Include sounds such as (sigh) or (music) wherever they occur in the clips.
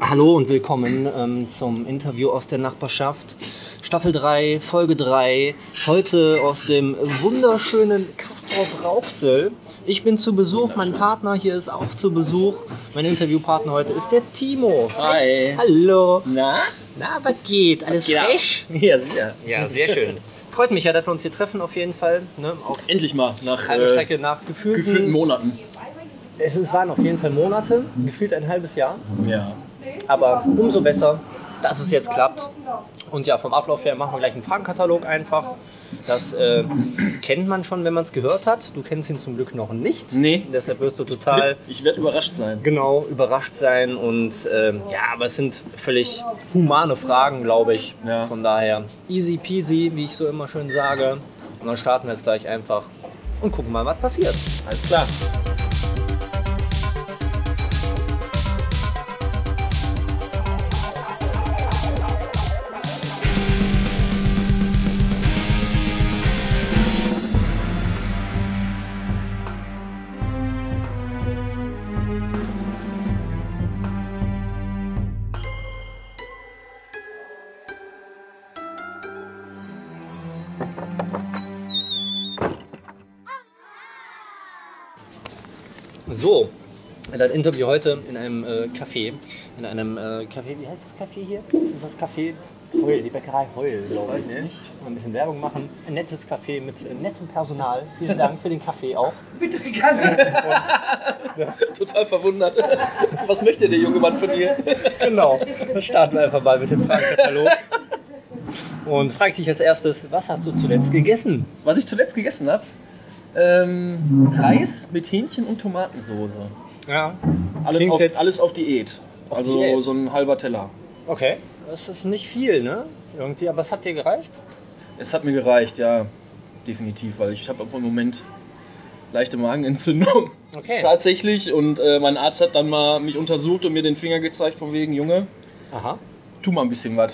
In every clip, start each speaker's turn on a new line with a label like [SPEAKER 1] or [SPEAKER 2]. [SPEAKER 1] Hallo und willkommen ähm, zum Interview aus der Nachbarschaft. Staffel 3, Folge 3. Heute aus dem wunderschönen Castrop-Rauxel. Ich bin zu Besuch, mein Partner hier ist auch zu Besuch. Mein Interviewpartner heute ist der Timo.
[SPEAKER 2] Hi.
[SPEAKER 1] Hallo.
[SPEAKER 2] Na?
[SPEAKER 1] Na, was geht? Alles
[SPEAKER 2] geht ab?
[SPEAKER 1] fresh?
[SPEAKER 2] (laughs) Ja, sicher.
[SPEAKER 1] Ja, sehr schön. Freut mich ja, dass wir uns hier treffen auf jeden Fall. Ne? Auf
[SPEAKER 2] Endlich mal nach
[SPEAKER 1] halbe
[SPEAKER 2] äh,
[SPEAKER 1] Strecke nach gefühlten,
[SPEAKER 2] gefühlten Monaten.
[SPEAKER 1] Es, es waren auf jeden Fall Monate, gefühlt ein halbes Jahr.
[SPEAKER 2] Ja.
[SPEAKER 1] Aber umso besser, dass es jetzt klappt. Und ja, vom Ablauf her machen wir gleich einen Fragenkatalog einfach. Das äh, kennt man schon, wenn man es gehört hat. Du kennst ihn zum Glück noch nicht.
[SPEAKER 2] Nee.
[SPEAKER 1] Deshalb wirst du total
[SPEAKER 2] Ich werde überrascht sein.
[SPEAKER 1] genau überrascht sein. Und äh, ja, aber es sind völlig humane Fragen, glaube ich.
[SPEAKER 2] Ja.
[SPEAKER 1] Von daher easy peasy, wie ich so immer schön sage. Und dann starten wir jetzt gleich einfach und gucken mal, was passiert.
[SPEAKER 2] Alles klar.
[SPEAKER 1] So, das Interview heute in einem äh, Café. In einem äh, Café, wie heißt das Café hier? Ist das das Café Heul, die Bäckerei Heul, glaube ich.
[SPEAKER 2] Weiß ich
[SPEAKER 1] Ne? Mal ein bisschen Werbung machen. Ein nettes Café mit äh, nettem Personal. Vielen Dank für den Kaffee auch.
[SPEAKER 2] Bitte gerne. Total
[SPEAKER 1] (laughs)
[SPEAKER 2] verwundert. Was möchte der junge Mann von dir?
[SPEAKER 1] Genau, dann starten wir einfach mal mit dem Fragenkatalog. Und frag dich als erstes, was hast du zuletzt gegessen?
[SPEAKER 2] Was ich zuletzt gegessen habe?
[SPEAKER 1] Mhm.
[SPEAKER 2] Ähm, Reis mit Hähnchen und Tomatensoße.
[SPEAKER 1] Ja,
[SPEAKER 2] Alles,
[SPEAKER 1] Klingt
[SPEAKER 2] auf,
[SPEAKER 1] jetzt-
[SPEAKER 2] alles auf Diät.
[SPEAKER 1] Auf
[SPEAKER 2] also
[SPEAKER 1] Diät.
[SPEAKER 2] so ein halber Teller.
[SPEAKER 1] okay. Das ist nicht viel, ne? Irgendwie, aber es hat dir gereicht?
[SPEAKER 2] Es hat mir gereicht, ja. Definitiv, weil ich habe im Moment leichte Magenentzündung.
[SPEAKER 1] Okay.
[SPEAKER 2] Tatsächlich. Und äh, mein Arzt hat dann mal mich untersucht und mir den Finger gezeigt von wegen, Junge,
[SPEAKER 1] Aha.
[SPEAKER 2] tu mal ein bisschen was.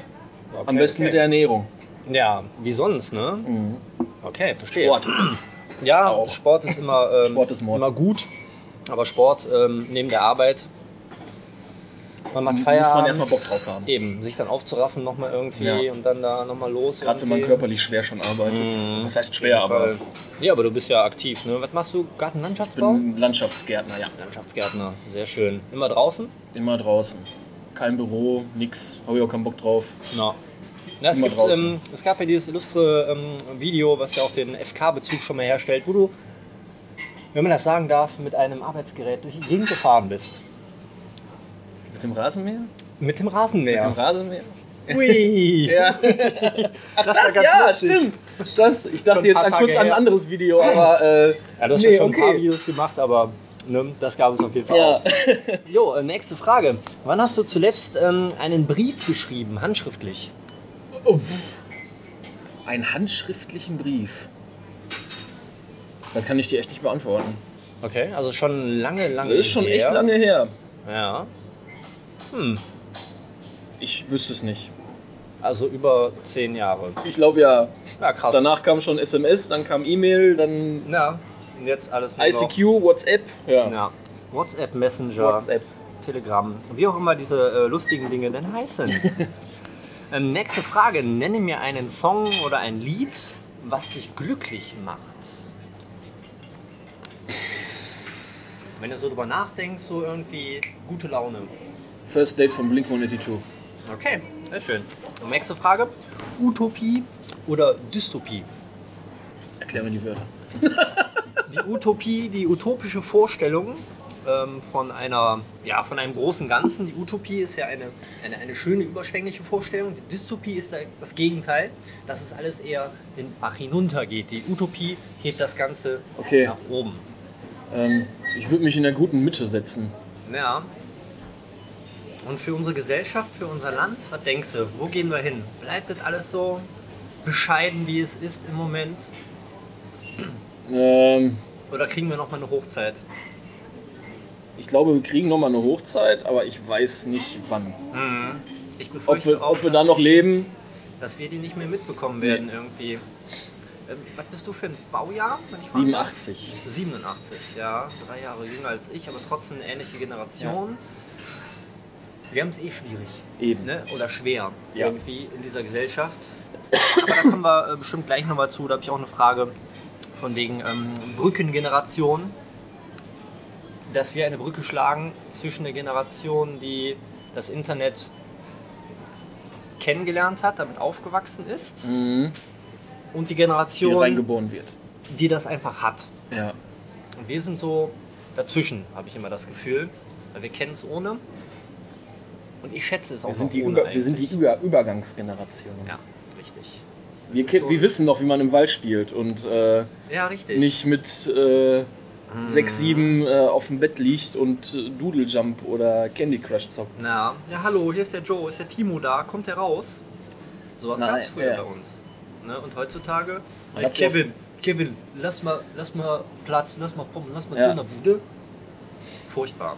[SPEAKER 1] Okay,
[SPEAKER 2] Am besten
[SPEAKER 1] okay.
[SPEAKER 2] mit der Ernährung.
[SPEAKER 1] Ja, wie sonst, ne?
[SPEAKER 2] Mhm.
[SPEAKER 1] Okay, verstehe.
[SPEAKER 2] Sport.
[SPEAKER 1] Ja,
[SPEAKER 2] Auch.
[SPEAKER 1] Sport ist immer, ähm,
[SPEAKER 2] Sport ist Mord.
[SPEAKER 1] immer gut, aber Sport ähm, neben der Arbeit. Man macht
[SPEAKER 2] Muss
[SPEAKER 1] Feierabend.
[SPEAKER 2] man erstmal Bock drauf haben.
[SPEAKER 1] Eben, sich dann aufzuraffen nochmal irgendwie
[SPEAKER 2] Ja.
[SPEAKER 1] und dann da nochmal los.
[SPEAKER 2] Gerade wenn man
[SPEAKER 1] irgendwie.
[SPEAKER 2] körperlich schwer schon arbeitet.
[SPEAKER 1] Mhm,
[SPEAKER 2] Das heißt
[SPEAKER 1] auf
[SPEAKER 2] schwer,
[SPEAKER 1] jeden
[SPEAKER 2] aber
[SPEAKER 1] Fall. Ja, aber du bist ja aktiv, ne? Was machst du?
[SPEAKER 2] ich
[SPEAKER 1] Gartenlandschaftsbau?
[SPEAKER 2] bin Landschaftsgärtner, ja.
[SPEAKER 1] Landschaftsgärtner, sehr schön. Immer draußen?
[SPEAKER 2] Immer draußen. Kein Büro, nix. Habe ich auch keinen Bock drauf.
[SPEAKER 1] No. Genau. Na, es,
[SPEAKER 2] Immer
[SPEAKER 1] gibt,
[SPEAKER 2] draußen.
[SPEAKER 1] ähm, es gab ja dieses illustre ähm, Video, was ja auch den FK-Bezug schon mal herstellt, wo du, wenn man das sagen darf, mit einem Arbeitsgerät durch die Gegend gefahren bist.
[SPEAKER 2] Mit dem Rasenmäher?
[SPEAKER 1] Mit dem
[SPEAKER 2] Mit dem
[SPEAKER 1] Rasenmäher.
[SPEAKER 2] Rasenmäher?
[SPEAKER 1] Ui.
[SPEAKER 2] (laughs)
[SPEAKER 1] (laughs)
[SPEAKER 2] Ja. Ach,
[SPEAKER 1] Das
[SPEAKER 2] das,
[SPEAKER 1] war ganz
[SPEAKER 2] ja,
[SPEAKER 1] lustig.
[SPEAKER 2] stimmt. Das, ich
[SPEAKER 1] Schon
[SPEAKER 2] dachte
[SPEAKER 1] ein
[SPEAKER 2] jetzt
[SPEAKER 1] paar
[SPEAKER 2] an
[SPEAKER 1] Tage
[SPEAKER 2] kurz an ein
[SPEAKER 1] her.
[SPEAKER 2] anderes Video, aber äh,
[SPEAKER 1] Ja, du hast ja schon ein paar Videos gemacht, aber ne, das gab es auf jeden Fall
[SPEAKER 2] Ja.
[SPEAKER 1] auch. Jo, äh, nächste Frage. Wann hast du zuletzt ähm, einen Brief geschrieben, handschriftlich?
[SPEAKER 2] Uff. (laughs) Einen handschriftlichen Brief. Das kann ich dir echt nicht beantworten.
[SPEAKER 1] Okay, also schon lange,
[SPEAKER 2] Das
[SPEAKER 1] lange
[SPEAKER 2] ist schon
[SPEAKER 1] her.
[SPEAKER 2] echt lange her.
[SPEAKER 1] Ja. Hm,
[SPEAKER 2] Ich wüsste es nicht.
[SPEAKER 1] also über zehn Jahre.
[SPEAKER 2] Ich glaube ja,
[SPEAKER 1] Ja, krass.
[SPEAKER 2] danach kam schon SMS, dann kam E-Mail, dann
[SPEAKER 1] Ja, und jetzt alles nur noch-
[SPEAKER 2] ICQ, WhatsApp. Ja.
[SPEAKER 1] Ja. WhatsApp, Messenger,
[SPEAKER 2] WhatsApp.
[SPEAKER 1] Telegram, wie auch immer diese äh, lustigen Dinge denn
[SPEAKER 2] (laughs)
[SPEAKER 1] heißen. ähm, nächste Frage. Nenne mir einen Song oder ein Lied, was dich glücklich macht. Wenn du so drüber nachdenkst, so irgendwie gute Laune.
[SPEAKER 2] First Date von Blink 182.
[SPEAKER 1] Okay, sehr schön. Und nächste Frage. Utopie oder Dystopie?
[SPEAKER 2] Erklär mir die Wörter.
[SPEAKER 1] die Utopie, die utopische Vorstellung ähm, von einer, ja, von einem großen Ganzen. Die Utopie ist ja eine, eine, eine schöne, überschwängliche Vorstellung. Die Dystopie ist da das Gegenteil, dass es alles eher den Bach hinunter geht. Die Utopie hebt das Ganze
[SPEAKER 2] Okay.
[SPEAKER 1] nach oben.
[SPEAKER 2] Ähm, ich würde mich in der guten Mitte setzen.
[SPEAKER 1] Ja. Und für unsere Gesellschaft, für unser Land, was denkst du, wo gehen wir hin? Bleibt das alles so bescheiden, wie es ist im Moment?
[SPEAKER 2] Ähm,
[SPEAKER 1] Oder kriegen wir nochmal eine Hochzeit?
[SPEAKER 2] ich glaube, wir kriegen nochmal eine Hochzeit, aber ich weiß nicht wann.
[SPEAKER 1] Mhm. Ich
[SPEAKER 2] Ob
[SPEAKER 1] befürchte
[SPEAKER 2] wir,
[SPEAKER 1] auch,
[SPEAKER 2] ob wir
[SPEAKER 1] dass-
[SPEAKER 2] da noch leben,
[SPEAKER 1] dass wir die nicht mehr mitbekommen
[SPEAKER 2] Nee.
[SPEAKER 1] werden irgendwie. Ähm, was bist du für ein Baujahr? wenn ich fragen darf?
[SPEAKER 2] 87.
[SPEAKER 1] 87, ja. Drei Jahre jünger als ich, aber trotzdem eine ähnliche Generation. Ja. Wir haben es eh schwierig.
[SPEAKER 2] Eben.
[SPEAKER 1] Ne? Oder schwer.
[SPEAKER 2] Ja.
[SPEAKER 1] Irgendwie in dieser Gesellschaft. Aber da kommen wir äh, bestimmt gleich nochmal zu. Da habe ich auch eine Frage von wegen ähm, Brückengeneration. Dass wir eine Brücke schlagen zwischen der Generation, die das Internet kennengelernt hat, damit aufgewachsen ist,
[SPEAKER 2] Mhm.
[SPEAKER 1] und die
[SPEAKER 2] Die
[SPEAKER 1] Generation,
[SPEAKER 2] reingeboren wird.
[SPEAKER 1] die das einfach hat.
[SPEAKER 2] Ja.
[SPEAKER 1] Und wir sind so dazwischen, habe ich immer das Gefühl. Weil wir kennen es ohne. Und ich schätze es auch
[SPEAKER 2] Wir sind
[SPEAKER 1] noch
[SPEAKER 2] die,
[SPEAKER 1] ohne
[SPEAKER 2] Über, wir sind die
[SPEAKER 1] eigentlich.
[SPEAKER 2] Über, Übergangsgeneration.
[SPEAKER 1] Ja, richtig.
[SPEAKER 2] Wir, ke- wir wissen noch, wie man im Wald spielt und äh,
[SPEAKER 1] Ja, richtig.
[SPEAKER 2] nicht mit äh,
[SPEAKER 1] Mhm.
[SPEAKER 2] 6, 7 äh, auf dem Bett liegt und äh, Doodle Jump oder Candy Crush zockt.
[SPEAKER 1] Na, ja, hallo, hier ist der Joe, ist der Timo da, kommt der raus? Sowas
[SPEAKER 2] Nein,
[SPEAKER 1] gab es früher
[SPEAKER 2] ja.
[SPEAKER 1] bei uns. Ne? Und heutzutage.
[SPEAKER 2] Man hat's
[SPEAKER 1] Kevin, lass mal, lass mal Platz, lass mal Pommes, lass
[SPEAKER 2] Ja.
[SPEAKER 1] Dönerbude. Furchtbar.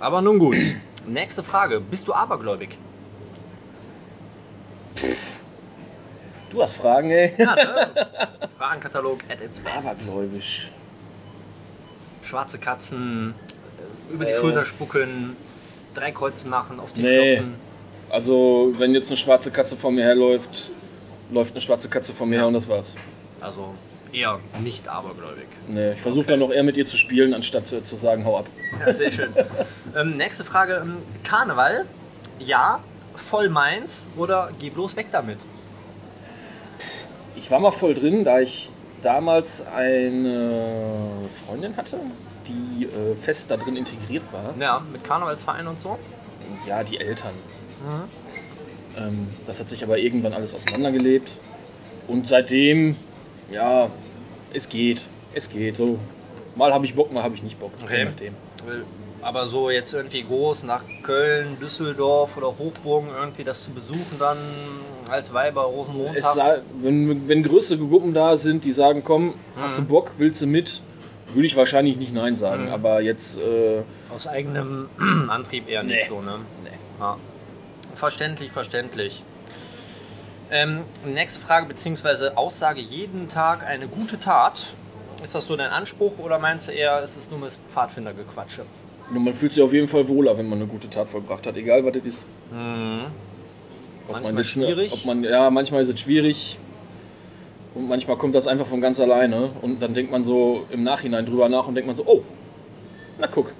[SPEAKER 1] Aber nun gut. (clears throat) Nächste Frage. Bist du abergläubig?
[SPEAKER 2] Du hast Fragen, ey. (laughs)
[SPEAKER 1] Ja, (laughs) ne? Fragenkatalog at its best.
[SPEAKER 2] Abergläubisch.
[SPEAKER 1] Schwarze Katzen, äh, über die
[SPEAKER 2] Äh.
[SPEAKER 1] Schulter spucken, drei Kreuzen machen, auf die
[SPEAKER 2] Nee.
[SPEAKER 1] klopfen.
[SPEAKER 2] Also, wenn jetzt eine schwarze Katze vor mir herläuft, läuft eine schwarze Katze vor mir
[SPEAKER 1] Ja.
[SPEAKER 2] her und das war's.
[SPEAKER 1] Also eher nicht abergläubig.
[SPEAKER 2] Nee, ich versuche dann noch eher mit ihr zu spielen, anstatt äh, zu, zu sagen, hau ab.
[SPEAKER 1] Ja, sehr schön. ähm, nächste Frage: ähm, Karneval, ja, voll meins oder geh bloß weg damit?
[SPEAKER 2] Ich war mal voll drin, da ich damals eine Freundin hatte, die äh, fest da drin integriert war.
[SPEAKER 1] Ja, mit Karnevalsverein und so.
[SPEAKER 2] Ja, die Eltern.
[SPEAKER 1] Mhm.
[SPEAKER 2] Ähm, das hat sich aber irgendwann alles auseinandergelebt. Und seitdem, ja, es geht. Es geht so. Mal habe ich Bock, mal habe ich nicht Bock.
[SPEAKER 1] Okay.
[SPEAKER 2] je nachdem.
[SPEAKER 1] Aber so jetzt irgendwie groß nach Köln, Düsseldorf oder Hochburgen irgendwie das zu besuchen, dann alte Weiber, Rosenmontag.
[SPEAKER 2] Es sei, wenn, wenn größere Gruppen da sind, die sagen, komm, hast du
[SPEAKER 1] Mhm.
[SPEAKER 2] Bock, willst du mit, würde ich wahrscheinlich nicht Nein sagen.
[SPEAKER 1] Mhm.
[SPEAKER 2] Aber jetzt, äh,
[SPEAKER 1] Aus eigenem (clears throat) Antrieb eher nicht
[SPEAKER 2] Nee.
[SPEAKER 1] so, ne?
[SPEAKER 2] nee.
[SPEAKER 1] Ja. Verständlich, verständlich. Ähm, nächste Frage bzw. Aussage jeden Tag eine gute Tat. Ist das so dein Anspruch oder meinst du eher, es ist nur mit Pfadfindergequatsche?
[SPEAKER 2] Nur man fühlt sich auf jeden Fall wohler, wenn man eine gute Tat vollbracht hat, egal was das ist.
[SPEAKER 1] Mhm. Manchmal
[SPEAKER 2] man jetzt eine-
[SPEAKER 1] schwierig.
[SPEAKER 2] Ob man, ja, manchmal ist es schwierig und manchmal kommt das einfach von ganz alleine und dann denkt man so im Nachhinein drüber nach und denkt man so, oh, na guck,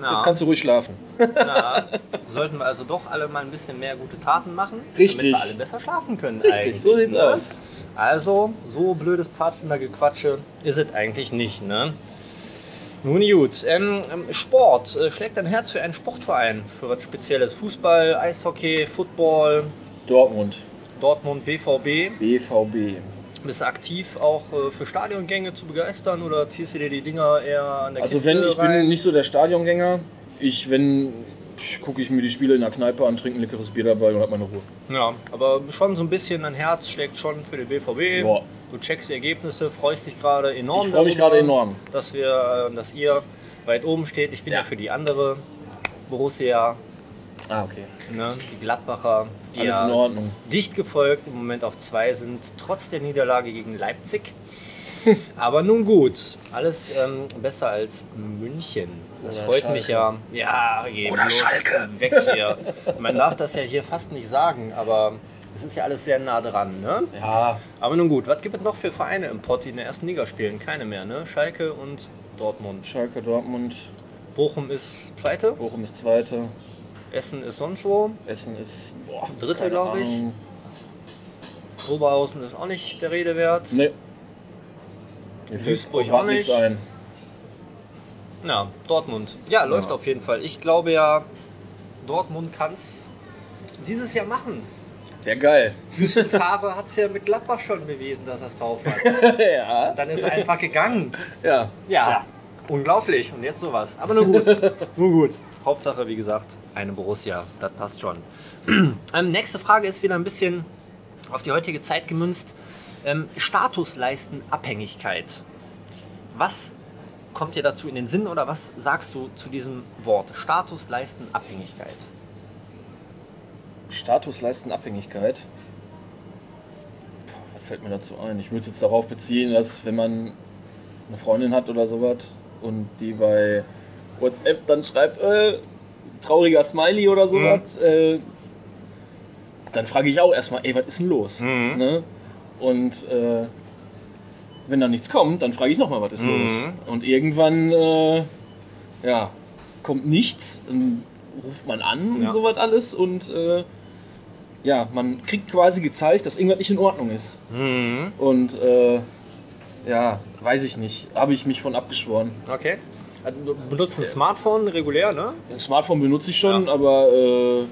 [SPEAKER 1] Na,
[SPEAKER 2] jetzt kannst du ruhig schlafen.
[SPEAKER 1] na, sollten wir also doch alle mal ein bisschen mehr gute Taten machen,
[SPEAKER 2] Richtig.
[SPEAKER 1] damit wir alle besser schlafen können.
[SPEAKER 2] Richtig,
[SPEAKER 1] eigentlich,
[SPEAKER 2] so sieht's
[SPEAKER 1] ne?
[SPEAKER 2] aus.
[SPEAKER 1] Also, so blödes Pfadfindergequatsche ist es eigentlich nicht, ne? Nun gut, ähm, ähm, Sport. Äh, Schlägt dein Herz für einen Sportverein? Für was Spezielles? Fußball, Eishockey, Football,
[SPEAKER 2] Dortmund,
[SPEAKER 1] Dortmund, BVB?
[SPEAKER 2] BVB.
[SPEAKER 1] Bist du aktiv auch äh, für Stadiongänge zu begeistern oder ziehst du dir die Dinger eher an der
[SPEAKER 2] Also
[SPEAKER 1] Kiste
[SPEAKER 2] wenn, ich
[SPEAKER 1] rein?
[SPEAKER 2] bin nicht so der Stadiongänger, ich wenn, gucke ich mir die Spiele in der Kneipe an, trinke ein leckeres Bier dabei und hab meine Ruhe.
[SPEAKER 1] Ja, aber schon so ein bisschen dein Herz schlägt schon für den BVB.
[SPEAKER 2] Ja.
[SPEAKER 1] Du checkst die Ergebnisse, freust dich gerade enorm.
[SPEAKER 2] Ich freu mich
[SPEAKER 1] darüber,
[SPEAKER 2] gerade enorm.
[SPEAKER 1] Dass wir, äh, dass ihr weit oben steht. Ich bin ja,
[SPEAKER 2] Ja.
[SPEAKER 1] für die andere Borussia,
[SPEAKER 2] Ah, okay.
[SPEAKER 1] ne, die Gladbacher, die
[SPEAKER 2] Alles
[SPEAKER 1] ja
[SPEAKER 2] in Ordnung.
[SPEAKER 1] dicht gefolgt im Moment auf zwei sind, trotz der Niederlage gegen
[SPEAKER 2] (laughs)
[SPEAKER 1] Leipzig. Aber nun gut, alles ähm, besser als München. Das
[SPEAKER 2] Oder
[SPEAKER 1] freut
[SPEAKER 2] Schalke.
[SPEAKER 1] mich ja. Ja, geh
[SPEAKER 2] Oder
[SPEAKER 1] bloß
[SPEAKER 2] Schalke.
[SPEAKER 1] weg hier.
[SPEAKER 2] (laughs)
[SPEAKER 1] Man darf das ja hier fast nicht sagen, aber es ist ja alles sehr nah dran, ne?
[SPEAKER 2] Ja,
[SPEAKER 1] Aber nun gut, was gibt es noch für Vereine im Pott, die in der ersten Liga spielen? Keine mehr, ne? Schalke und Dortmund.
[SPEAKER 2] Schalke, Dortmund,
[SPEAKER 1] Bochum ist Zweite,
[SPEAKER 2] Bochum ist Zweite,
[SPEAKER 1] Essen ist sonst wo,
[SPEAKER 2] Essen ist boah,
[SPEAKER 1] Dritte,
[SPEAKER 2] keine
[SPEAKER 1] glaub ich.
[SPEAKER 2] Ahnung.
[SPEAKER 1] Oberhausen ist auch nicht der Rede wert.
[SPEAKER 2] Nee. Mir fällt
[SPEAKER 1] Duisburg
[SPEAKER 2] auch grad
[SPEAKER 1] auch
[SPEAKER 2] nichts
[SPEAKER 1] nicht.
[SPEAKER 2] ein.
[SPEAKER 1] Ja, Dortmund. Ja, läuft
[SPEAKER 2] Ja.
[SPEAKER 1] auf jeden Fall. Ich glaube ja, Dortmund kann es dieses Jahr machen.
[SPEAKER 2] Wäre geil.
[SPEAKER 1] Favre hat es ja mit Gladbach schon bewiesen, dass er es drauf hat.
[SPEAKER 2] ja.
[SPEAKER 1] Dann ist er einfach gegangen.
[SPEAKER 2] ja.
[SPEAKER 1] Ja,
[SPEAKER 2] Tja.
[SPEAKER 1] unglaublich. Und jetzt sowas. Aber nur (laughs) gut. nur gut. Hauptsache, wie gesagt, eine Borussia. Das passt schon. (clears throat) ähm, nächste Frage ist wieder ein bisschen auf die heutige Zeit gemünzt. Ähm, Statusleistenabhängigkeit. Was kommt dir dazu in den Sinn oder was sagst du zu diesem Wort? Statusleistenabhängigkeit.
[SPEAKER 2] Statusleistenabhängigkeit. Puh, Was fällt mir dazu ein? Ich würde jetzt darauf beziehen, dass wenn man eine Freundin hat oder sowas und die bei WhatsApp dann schreibt, äh, trauriger Smiley
[SPEAKER 3] Mhm.
[SPEAKER 2] oder sowas, äh, dann frage ich auch erstmal, ey, was ist denn los?
[SPEAKER 3] Mhm.
[SPEAKER 2] Ne? Und äh, wenn dann nichts kommt, dann frage ich nochmal, was ist
[SPEAKER 3] Mhm.
[SPEAKER 2] los? Und irgendwann, äh, ja, kommt nichts, dann ruft man an und
[SPEAKER 1] Ja.
[SPEAKER 2] sowas alles und äh, ja, man kriegt quasi gezeigt, dass irgendwas nicht in Ordnung ist.
[SPEAKER 1] Hm.
[SPEAKER 3] Mhm.
[SPEAKER 2] Und äh, ja, weiß ich nicht, habe ich mich von abgeschworen.
[SPEAKER 1] Okay. Also, du benutzt ein Smartphone regulär, ne?
[SPEAKER 2] Ein Smartphone benutze ich schon,
[SPEAKER 1] Ja.
[SPEAKER 2] aber äh,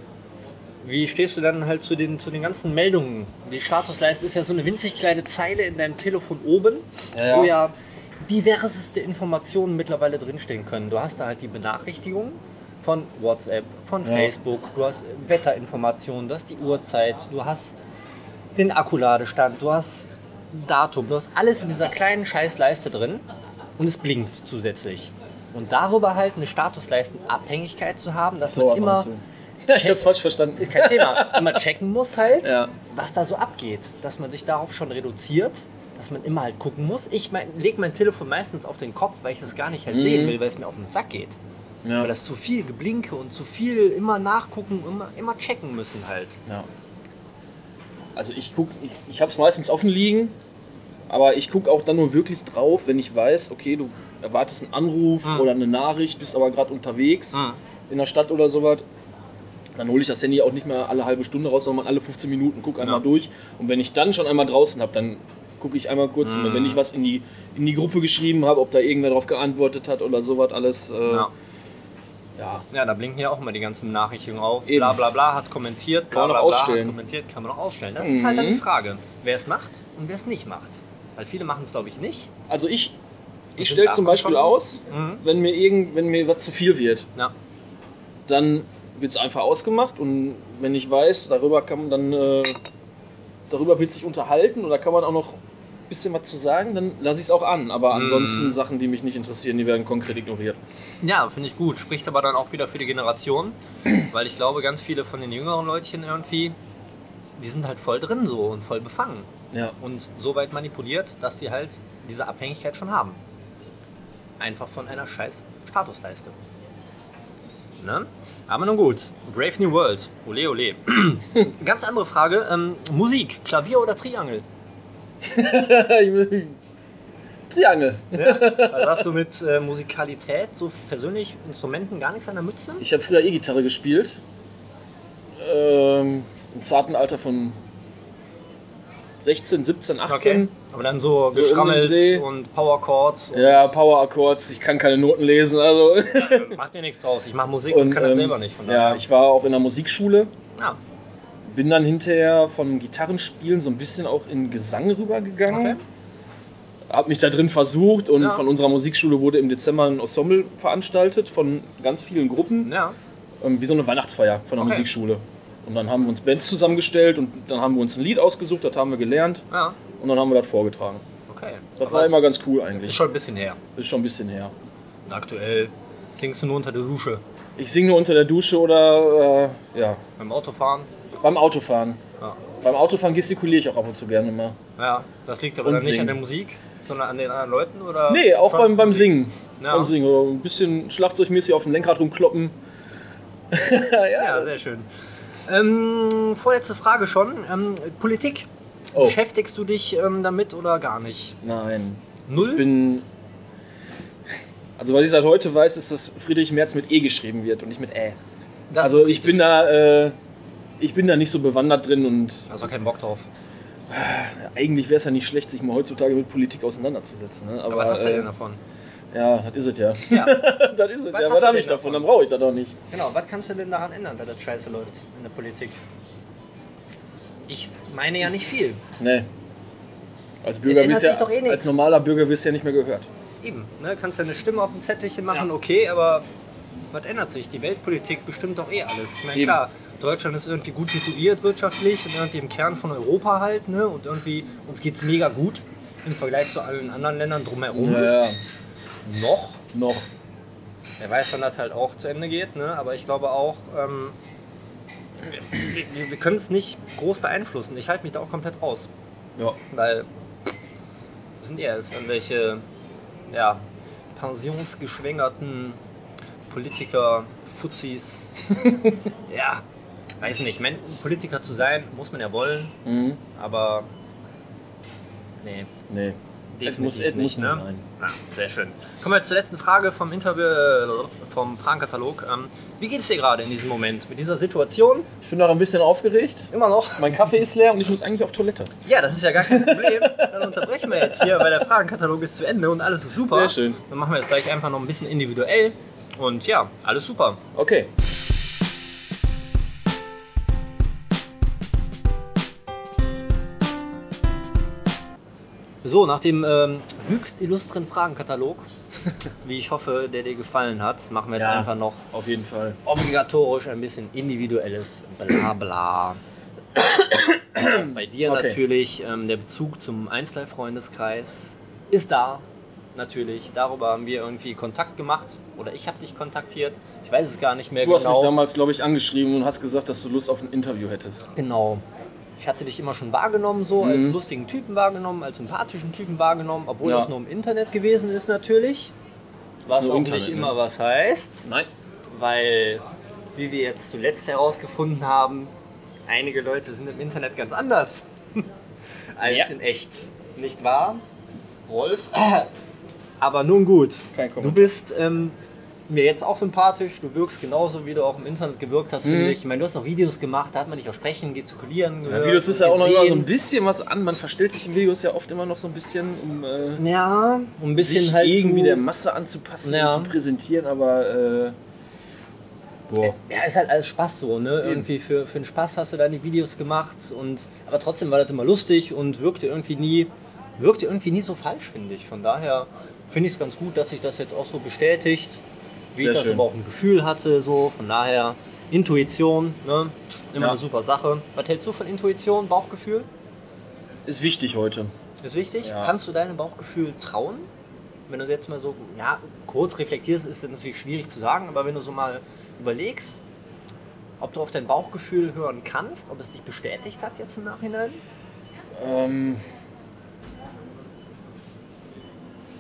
[SPEAKER 1] Wie stehst du dann halt zu den, zu den ganzen Meldungen? Die Statusleiste ist ja so eine winzig kleine Zeile in deinem Telefon oben,
[SPEAKER 2] Ja, ja.
[SPEAKER 1] wo ja diverseste Informationen mittlerweile drinstehen können. Du hast da halt die Benachrichtigungen von WhatsApp, von
[SPEAKER 2] Ja.
[SPEAKER 1] Facebook, du hast Wetterinformationen, du hast die Uhrzeit, du hast den Akkuladestand, du hast Datum, du hast alles in dieser kleinen Scheißleiste drin und es blinkt zusätzlich. Und darüber halt eine Statusleistenabhängigkeit zu haben, dass
[SPEAKER 2] so
[SPEAKER 1] man
[SPEAKER 2] was
[SPEAKER 1] immer
[SPEAKER 2] meinst du. (laughs) Ich hab's falsch verstanden.
[SPEAKER 1] ist kein Thema. Man checken muss halt,
[SPEAKER 2] Ja.
[SPEAKER 1] was da so abgeht. Dass man sich darauf schon reduziert, dass man immer halt gucken muss. Ich mein, lege mein Telefon meistens auf den Kopf, weil ich das gar nicht halt
[SPEAKER 2] Mhm.
[SPEAKER 1] sehen will, weil es mir auf den Sack geht.
[SPEAKER 2] Ja,
[SPEAKER 1] Weil das zu viel Geblinke und zu viel immer nachgucken, immer, immer checken müssen halt.
[SPEAKER 2] Ja. Also ich guck, ich, ich habe es meistens offen liegen, aber ich guck auch dann nur wirklich drauf, wenn ich weiß, okay, du erwartest einen Anruf
[SPEAKER 1] Mhm.
[SPEAKER 2] oder eine Nachricht, bist aber gerade unterwegs
[SPEAKER 1] Hm.
[SPEAKER 2] in der Stadt oder sowas. Dann hole ich das Handy auch nicht mehr alle halbe Stunde raus, sondern alle 15 Minuten, guck einmal
[SPEAKER 1] Ja.
[SPEAKER 2] durch. Und wenn ich dann schon einmal draußen habe, dann gucke ich einmal kurz. Und
[SPEAKER 1] Mhm.
[SPEAKER 2] wenn ich was in die, in die Gruppe geschrieben habe, ob da irgendwer drauf geantwortet hat oder sowas, alles. Äh,
[SPEAKER 1] Ja.
[SPEAKER 2] ja. ja.
[SPEAKER 1] ja, da blinken ja auch immer die ganzen Benachrichtigungen auf.
[SPEAKER 2] Eben.
[SPEAKER 1] Bla bla bla hat kommentiert, bla
[SPEAKER 2] Kann man
[SPEAKER 1] bla
[SPEAKER 2] noch
[SPEAKER 1] bla hat
[SPEAKER 2] ausstellen.
[SPEAKER 1] kommentiert, kann man auch ausstellen. Das
[SPEAKER 2] Mhm.
[SPEAKER 1] ist halt dann die Frage, wer es macht und wer es nicht macht. Weil viele machen es glaube ich nicht.
[SPEAKER 2] Also ich, ich
[SPEAKER 1] sind
[SPEAKER 2] stelle
[SPEAKER 1] davon
[SPEAKER 2] zum Beispiel
[SPEAKER 1] schon-
[SPEAKER 2] aus,
[SPEAKER 1] Mhm.
[SPEAKER 2] wenn mir irgend, wenn mir was zu viel wird,
[SPEAKER 1] Ja.
[SPEAKER 2] dann wird es einfach ausgemacht und wenn ich weiß, darüber kann man dann äh, darüber wird sich unterhalten oder kann man auch noch ein bisschen was zu sagen, dann lasse ich es auch an. Aber
[SPEAKER 1] Mhm.
[SPEAKER 2] ansonsten Sachen, die mich nicht interessieren, die werden konkret ignoriert.
[SPEAKER 1] Ja, finde ich gut. Spricht aber dann auch wieder für die Generation, (clears throat) weil ich glaube, ganz viele von den jüngeren Leutchen irgendwie, die sind halt voll drin so und voll befangen
[SPEAKER 2] Ja. (laughs)
[SPEAKER 1] und so weit manipuliert, dass sie halt diese Abhängigkeit schon haben. Einfach von einer scheiß Statusleiste. Ne? Aber nun gut, Brave New World, ole ole. (clears throat) ganz andere Frage, ähm, Musik, Klavier oder Triangel?
[SPEAKER 2] Triangel.
[SPEAKER 1] Ja? Also hast du mit äh, Musikalität, so persönlich Instrumenten gar nichts an der Mütze?
[SPEAKER 2] Ich habe früher E-Gitarre gespielt. Ähm, Im zarten Alter von 16, 17, 18.
[SPEAKER 1] Okay. Aber dann so,
[SPEAKER 2] So um den Dreh.
[SPEAKER 1] geschrammelt und Power Chords. Und
[SPEAKER 2] Ja, Power Accords, ich kann keine Noten
[SPEAKER 1] (laughs)
[SPEAKER 2] lesen, also.
[SPEAKER 1] Macht dir nichts draus. Ich mache Musik und, kann das
[SPEAKER 2] ähm,
[SPEAKER 1] selber nicht. Von Ah,
[SPEAKER 2] ja, ich war auch in der Musikschule,
[SPEAKER 1] ja.
[SPEAKER 2] bin dann hinterher vom Gitarrenspielen so ein bisschen auch in Gesang rübergegangen.
[SPEAKER 1] Okay.
[SPEAKER 2] Hab mich da drin versucht und
[SPEAKER 1] Ja.
[SPEAKER 2] von unserer Musikschule wurde im Dezember ein Ensemble veranstaltet von ganz vielen Gruppen,
[SPEAKER 1] ja.
[SPEAKER 2] ähm, wie so eine Weihnachtsfeier von der
[SPEAKER 1] Okay.
[SPEAKER 2] Musikschule. Und dann haben wir uns Bands zusammengestellt und dann haben wir uns ein Lied ausgesucht, das haben wir gelernt
[SPEAKER 1] Ja.
[SPEAKER 2] und dann haben wir das vorgetragen.
[SPEAKER 1] Okay.
[SPEAKER 2] Das
[SPEAKER 1] Aber
[SPEAKER 2] war
[SPEAKER 1] es
[SPEAKER 2] immer ganz cool
[SPEAKER 1] Ist
[SPEAKER 2] eigentlich.
[SPEAKER 1] schon ein bisschen her.
[SPEAKER 2] Ist schon ein bisschen her.
[SPEAKER 1] Und aktuell singst du nur unter der Dusche.
[SPEAKER 2] Ich singe nur unter der Dusche oder äh, ja,
[SPEAKER 1] Beim Autofahren.
[SPEAKER 2] beim Autofahren.
[SPEAKER 1] Ja.
[SPEAKER 2] Beim Autofahren gestikuliere ich auch ab und zu gerne mal.
[SPEAKER 1] ja. Das liegt aber
[SPEAKER 2] Und
[SPEAKER 1] dann nicht
[SPEAKER 2] singen.
[SPEAKER 1] an der Musik, sondern an den anderen Leuten? Oder
[SPEAKER 2] Nee, auch
[SPEAKER 1] schon
[SPEAKER 2] beim, beim
[SPEAKER 1] Musik?
[SPEAKER 2] Singen.
[SPEAKER 1] Ja.
[SPEAKER 2] Beim Singen. Oder ein bisschen schlagzeugmäßig auf dem Lenkrad rumkloppen. (laughs) ja,
[SPEAKER 1] Ja, sehr schön. Ähm, vorletzte Frage schon. Ähm, Politik.
[SPEAKER 2] Oh.
[SPEAKER 1] Beschäftigst du dich ähm, damit oder gar nicht?
[SPEAKER 2] Nein.
[SPEAKER 1] Null?
[SPEAKER 2] Ich bin. Also, was ich seit heute weiß, ist, dass Friedrich Merz mit E geschrieben wird und nicht mit Ä.
[SPEAKER 1] Das
[SPEAKER 2] also,
[SPEAKER 1] ist
[SPEAKER 2] ich
[SPEAKER 1] richtig.
[SPEAKER 2] bin da. Äh, ich bin da nicht so bewandert drin und
[SPEAKER 1] Also keinen Bock drauf.
[SPEAKER 2] eigentlich wäre es ja nicht schlecht, sich mal heutzutage mit Politik auseinanderzusetzen. Ne?
[SPEAKER 1] Aber was hast du
[SPEAKER 2] äh,
[SPEAKER 1] denn davon?
[SPEAKER 2] Ja, das ist es ja. (laughs)
[SPEAKER 1] Ja.
[SPEAKER 2] das ist es.
[SPEAKER 1] Was
[SPEAKER 2] ja,
[SPEAKER 1] hast
[SPEAKER 2] was
[SPEAKER 1] du denn
[SPEAKER 2] habe ich davon?
[SPEAKER 1] davon?
[SPEAKER 2] Dann brauche ich das doch nicht.
[SPEAKER 1] (laughs) Genau, was kannst du denn daran ändern, dass das scheiße läuft in der Politik? Ich meine ja nicht viel.
[SPEAKER 2] Nee. Als Bürger
[SPEAKER 1] Ändert
[SPEAKER 2] wirst ja,
[SPEAKER 1] sich doch eh
[SPEAKER 2] als
[SPEAKER 1] nichts.
[SPEAKER 2] normaler Bürger wirst du ja nicht mehr gehört.
[SPEAKER 1] Eben, ne? kannst ja eine Stimme auf dem Zettelchen machen,
[SPEAKER 2] Ja.
[SPEAKER 1] okay, aber was ändert sich? Die Weltpolitik bestimmt doch eh alles. Ich meine,
[SPEAKER 2] Eben.
[SPEAKER 1] klar, Deutschland ist irgendwie gut situiert wirtschaftlich und irgendwie im Kern von Europa halt, ne? Und irgendwie uns geht's mega gut im Vergleich zu allen anderen Ländern drumherum.
[SPEAKER 2] Ja, ja.
[SPEAKER 1] Noch.
[SPEAKER 2] noch.
[SPEAKER 1] Wer weiß, wann das halt auch zu Ende geht, ne? aber ich glaube auch, ähm, wir, wir, wir können es nicht groß beeinflussen. Ich halte mich da auch komplett raus,
[SPEAKER 2] Ja.
[SPEAKER 1] weil es sind eher es irgendwelche ja, pensionsgeschwängerten Politiker, Fuzis, Ja, weiß nicht. Man, Politiker zu sein, muss man ja wollen,
[SPEAKER 2] mhm.
[SPEAKER 1] aber. Nee.
[SPEAKER 2] Nee. Es
[SPEAKER 1] Definitiv
[SPEAKER 2] muss, es muss
[SPEAKER 1] nicht,
[SPEAKER 2] nicht
[SPEAKER 1] ne?
[SPEAKER 2] sein.
[SPEAKER 1] Na, sehr schön. Kommen wir zur letzten Frage vom Interview, äh, vom Fragenkatalog. Ähm, wie geht es dir gerade in diesem Moment mit dieser Situation?
[SPEAKER 2] Ich bin noch ein bisschen aufgeregt.
[SPEAKER 1] Immer noch?
[SPEAKER 2] Mein Kaffee ist leer und ich muss eigentlich auf Toilette.
[SPEAKER 1] Ja, das ist ja gar kein Problem. Dann unterbrechen wir jetzt hier, weil der Fragenkatalog ist zu Ende und alles ist super.
[SPEAKER 2] Sehr schön.
[SPEAKER 1] Dann machen wir das gleich einfach noch ein bisschen individuell. Und ja, alles super.
[SPEAKER 2] Okay.
[SPEAKER 1] So, nach dem ähm, höchst illustren Fragenkatalog, (laughs) wie ich hoffe, der dir gefallen hat, machen wir jetzt
[SPEAKER 2] Ja.
[SPEAKER 1] einfach noch
[SPEAKER 2] Auf jeden Fall.
[SPEAKER 1] obligatorisch ein bisschen individuelles Blabla.
[SPEAKER 2] (coughs)
[SPEAKER 1] Bei dir
[SPEAKER 2] Okay.
[SPEAKER 1] natürlich ähm, der Bezug zum Einzelfreundeskreis ist da, natürlich. Darüber haben wir irgendwie Kontakt gemacht oder ich habe dich kontaktiert. Ich weiß es gar nicht mehr
[SPEAKER 2] Du hast mich
[SPEAKER 1] genau.
[SPEAKER 2] damals, glaube ich, angeschrieben und hast gesagt, dass du Lust auf ein Interview hättest.
[SPEAKER 1] genau. Ich hatte dich immer schon wahrgenommen, so
[SPEAKER 2] Mhm.
[SPEAKER 1] als lustigen Typen wahrgenommen, als sympathischen Typen wahrgenommen, obwohl
[SPEAKER 2] Ja.
[SPEAKER 1] das nur im Internet gewesen ist natürlich. Was
[SPEAKER 2] nur
[SPEAKER 1] auch
[SPEAKER 2] Internet,
[SPEAKER 1] nicht
[SPEAKER 2] ne?
[SPEAKER 1] immer was heißt.
[SPEAKER 2] Nein.
[SPEAKER 1] weil, wie wir jetzt zuletzt herausgefunden haben, einige Leute sind im Internet ganz anders (laughs) als
[SPEAKER 2] Ja.
[SPEAKER 1] in echt. Nicht wahr, Rolf? (clears throat) Aber nun gut,
[SPEAKER 2] Kein
[SPEAKER 1] du
[SPEAKER 2] Kommentar.
[SPEAKER 1] bist ähm, mir jetzt auch sympathisch, du wirkst genauso, wie du auch im Internet gewirkt hast, finde
[SPEAKER 2] Mhm.
[SPEAKER 1] ich. Ich meine, du hast noch Videos gemacht, da hat man dich auch sprechen, gestikulieren
[SPEAKER 2] Ja,
[SPEAKER 1] gehört
[SPEAKER 2] Videos ist
[SPEAKER 1] und
[SPEAKER 2] ja auch noch immer so ein
[SPEAKER 1] gesehen.
[SPEAKER 2] bisschen was an. Man verstellt sich in Videos ja oft immer noch so ein bisschen, um äh,
[SPEAKER 1] Ja, um ein bisschen
[SPEAKER 2] sich
[SPEAKER 1] halt
[SPEAKER 2] irgendwie
[SPEAKER 1] zu,
[SPEAKER 2] der Masse anzupassen
[SPEAKER 1] Ja.
[SPEAKER 2] und zu präsentieren, aber äh, boah.
[SPEAKER 1] Ja, ist halt alles Spaß so, ne?
[SPEAKER 2] Eben.
[SPEAKER 1] Irgendwie für, für den Spaß hast du deine Videos gemacht und aber trotzdem war das immer lustig und wirkte irgendwie nie, wirkte irgendwie nie so falsch, finde ich. Von daher finde ich es ganz gut, dass sich das jetzt auch so bestätigt, wie
[SPEAKER 2] Sehr
[SPEAKER 1] ich das
[SPEAKER 2] schön.
[SPEAKER 1] aber auch im Gefühl hatte, so. Von daher Intuition, ne? Immer
[SPEAKER 2] Ja.
[SPEAKER 1] eine super Sache. Was hältst du von Intuition, Bauchgefühl?
[SPEAKER 2] Ist wichtig heute.
[SPEAKER 1] Ist wichtig.
[SPEAKER 2] Ja.
[SPEAKER 1] Kannst du deinem Bauchgefühl trauen? Wenn du jetzt mal so ja, kurz reflektierst, ist das natürlich schwierig zu sagen, aber wenn du so mal überlegst, ob du auf dein Bauchgefühl hören kannst, ob es dich bestätigt hat jetzt im Nachhinein?
[SPEAKER 2] Ähm,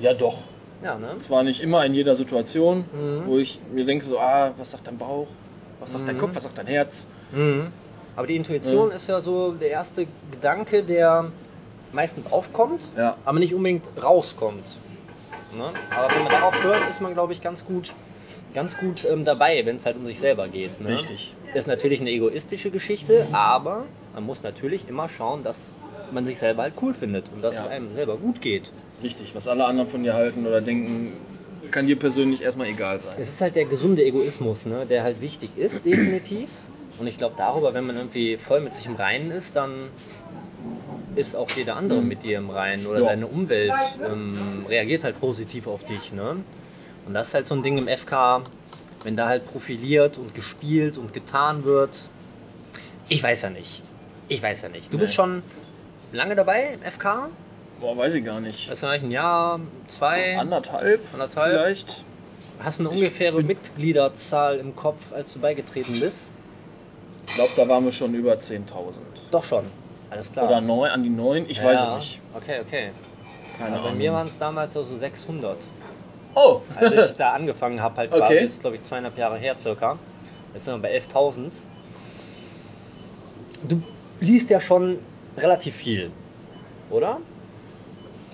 [SPEAKER 2] ja doch.
[SPEAKER 1] Ja, ne?
[SPEAKER 2] Zwar nicht immer in jeder Situation,
[SPEAKER 1] Mhm.
[SPEAKER 2] wo ich mir denke so, ah, was sagt dein Bauch? Was sagt dein
[SPEAKER 1] Mhm.
[SPEAKER 2] Kopf? Was sagt dein Herz?
[SPEAKER 1] Mhm. Aber die Intuition
[SPEAKER 2] Mhm.
[SPEAKER 1] ist ja so der erste Gedanke, der meistens aufkommt,
[SPEAKER 2] Ja.
[SPEAKER 1] aber nicht unbedingt rauskommt. Ne? Aber wenn man darauf hört, ist man, glaube ich, ganz gut, ganz gut ähm, dabei, wenn es halt um sich selber geht. Ne?
[SPEAKER 2] Richtig.
[SPEAKER 1] Ist natürlich eine egoistische Geschichte, aber man muss natürlich immer schauen, dass man sich selber halt cool findet und dass
[SPEAKER 2] Ja.
[SPEAKER 1] es einem selber gut geht.
[SPEAKER 2] Richtig. Was alle anderen von dir halten oder denken, kann dir persönlich erstmal egal sein.
[SPEAKER 1] Es ist halt der gesunde Egoismus, ne? der halt wichtig ist, definitiv. Und ich glaube, darüber, wenn man irgendwie voll mit sich im Reinen ist, dann ist auch jeder andere
[SPEAKER 2] Mhm.
[SPEAKER 1] mit dir im Reinen oder
[SPEAKER 2] Ja.
[SPEAKER 1] deine Umwelt ähm, reagiert halt positiv auf dich. Ne? Und das ist halt so ein Ding im FK, wenn da halt profiliert und gespielt und getan wird. Ich weiß ja nicht. Ich weiß ja nicht. Du
[SPEAKER 2] Nee.
[SPEAKER 1] bist schon lange dabei im FK?
[SPEAKER 2] Boah, weiß ich gar nicht.
[SPEAKER 1] Das ist vielleicht ein Jahr, zwei.
[SPEAKER 2] Anderthalb,
[SPEAKER 1] Anderthalb?
[SPEAKER 2] vielleicht.
[SPEAKER 1] Hast du eine
[SPEAKER 2] Ich
[SPEAKER 1] ungefähre
[SPEAKER 2] bin-
[SPEAKER 1] Mitgliederzahl im Kopf, als du beigetreten bist?
[SPEAKER 2] Ich glaube, da waren wir schon über 10.000.
[SPEAKER 1] Doch schon. Alles klar.
[SPEAKER 2] Oder neun, an die neun, ich
[SPEAKER 1] Ja,
[SPEAKER 2] weiß
[SPEAKER 1] ja.
[SPEAKER 2] es nicht.
[SPEAKER 1] Okay, okay.
[SPEAKER 2] Keine
[SPEAKER 1] Aber
[SPEAKER 2] Ahnung.
[SPEAKER 1] bei mir waren es damals so so 600.
[SPEAKER 2] oh!
[SPEAKER 1] Als ich da angefangen habe, halt quasi,
[SPEAKER 2] Okay.
[SPEAKER 1] das ist glaube ich zweieinhalb Jahre her circa. Jetzt sind wir bei 11.000. Du liest ja schon relativ viel, oder?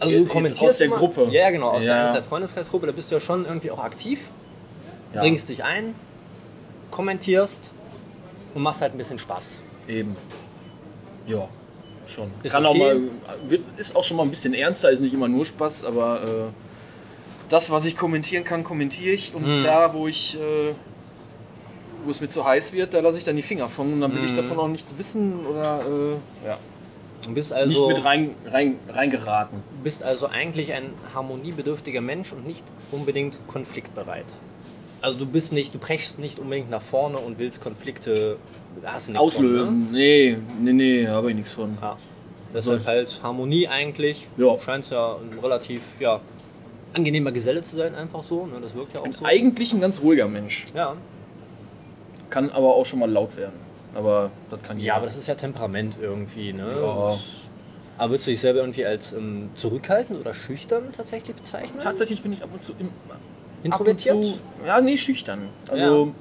[SPEAKER 1] Also
[SPEAKER 2] Jetzt- jetzt aus der
[SPEAKER 1] immer-
[SPEAKER 2] Gruppe.
[SPEAKER 1] Ja, genau, aus
[SPEAKER 2] Ja.
[SPEAKER 1] der- aus der Freundeskreisgruppe, da bist du ja schon irgendwie auch aktiv.
[SPEAKER 2] (laughs) Ja,
[SPEAKER 1] bringst dich ein, kommentierst und machst halt ein bisschen Spaß.
[SPEAKER 2] Eben. Ja, schon.
[SPEAKER 1] Ist
[SPEAKER 2] Kann
[SPEAKER 1] okay.
[SPEAKER 2] auch mal, wird- ist auch schon mal ein bisschen ernster, ist nicht immer nur Spaß, aber äh, das, was ich kommentieren kann, kommentiere ich. Und
[SPEAKER 1] Mhm.
[SPEAKER 2] da, wo ich, äh, wo es mir zu heiß wird, da lasse ich dann die Finger von. Und dann will ich
[SPEAKER 1] Mhm.
[SPEAKER 2] davon auch nichts wissen oder äh, ja.
[SPEAKER 1] Du bist also,
[SPEAKER 2] nicht mit rein, rein, reingeraten.
[SPEAKER 1] bist also eigentlich ein harmoniebedürftiger Mensch und nicht unbedingt konfliktbereit. Also du bist nicht, du brechst nicht unbedingt nach vorne und willst Konflikte hast du nichts
[SPEAKER 2] Auslösen.
[SPEAKER 1] ne?
[SPEAKER 2] Nee, nee, nee, habe ich nichts von.
[SPEAKER 1] Von, ne? ja. Deshalb
[SPEAKER 2] Soll-
[SPEAKER 1] halt Harmonie eigentlich.
[SPEAKER 2] Ja.
[SPEAKER 1] Scheint ja ein relativ ja, angenehmer Geselle zu sein, einfach so. Ne? Das wirkt ja auch
[SPEAKER 2] Bin
[SPEAKER 1] so.
[SPEAKER 2] eigentlich ein ganz ruhiger Mensch.
[SPEAKER 1] ja.
[SPEAKER 2] Kann aber auch schon mal laut werden. Aber das kann jeder.
[SPEAKER 1] ja, aber das ist ja Temperament irgendwie, ne?
[SPEAKER 2] Ja.
[SPEAKER 1] Aber würdest du dich selber irgendwie als ähm, zurückhaltend oder schüchtern tatsächlich bezeichnen?
[SPEAKER 2] Tatsächlich bin ich ab und zu im,
[SPEAKER 1] Introvertiert?
[SPEAKER 2] Ab und zu, ja, nee, schüchtern. Also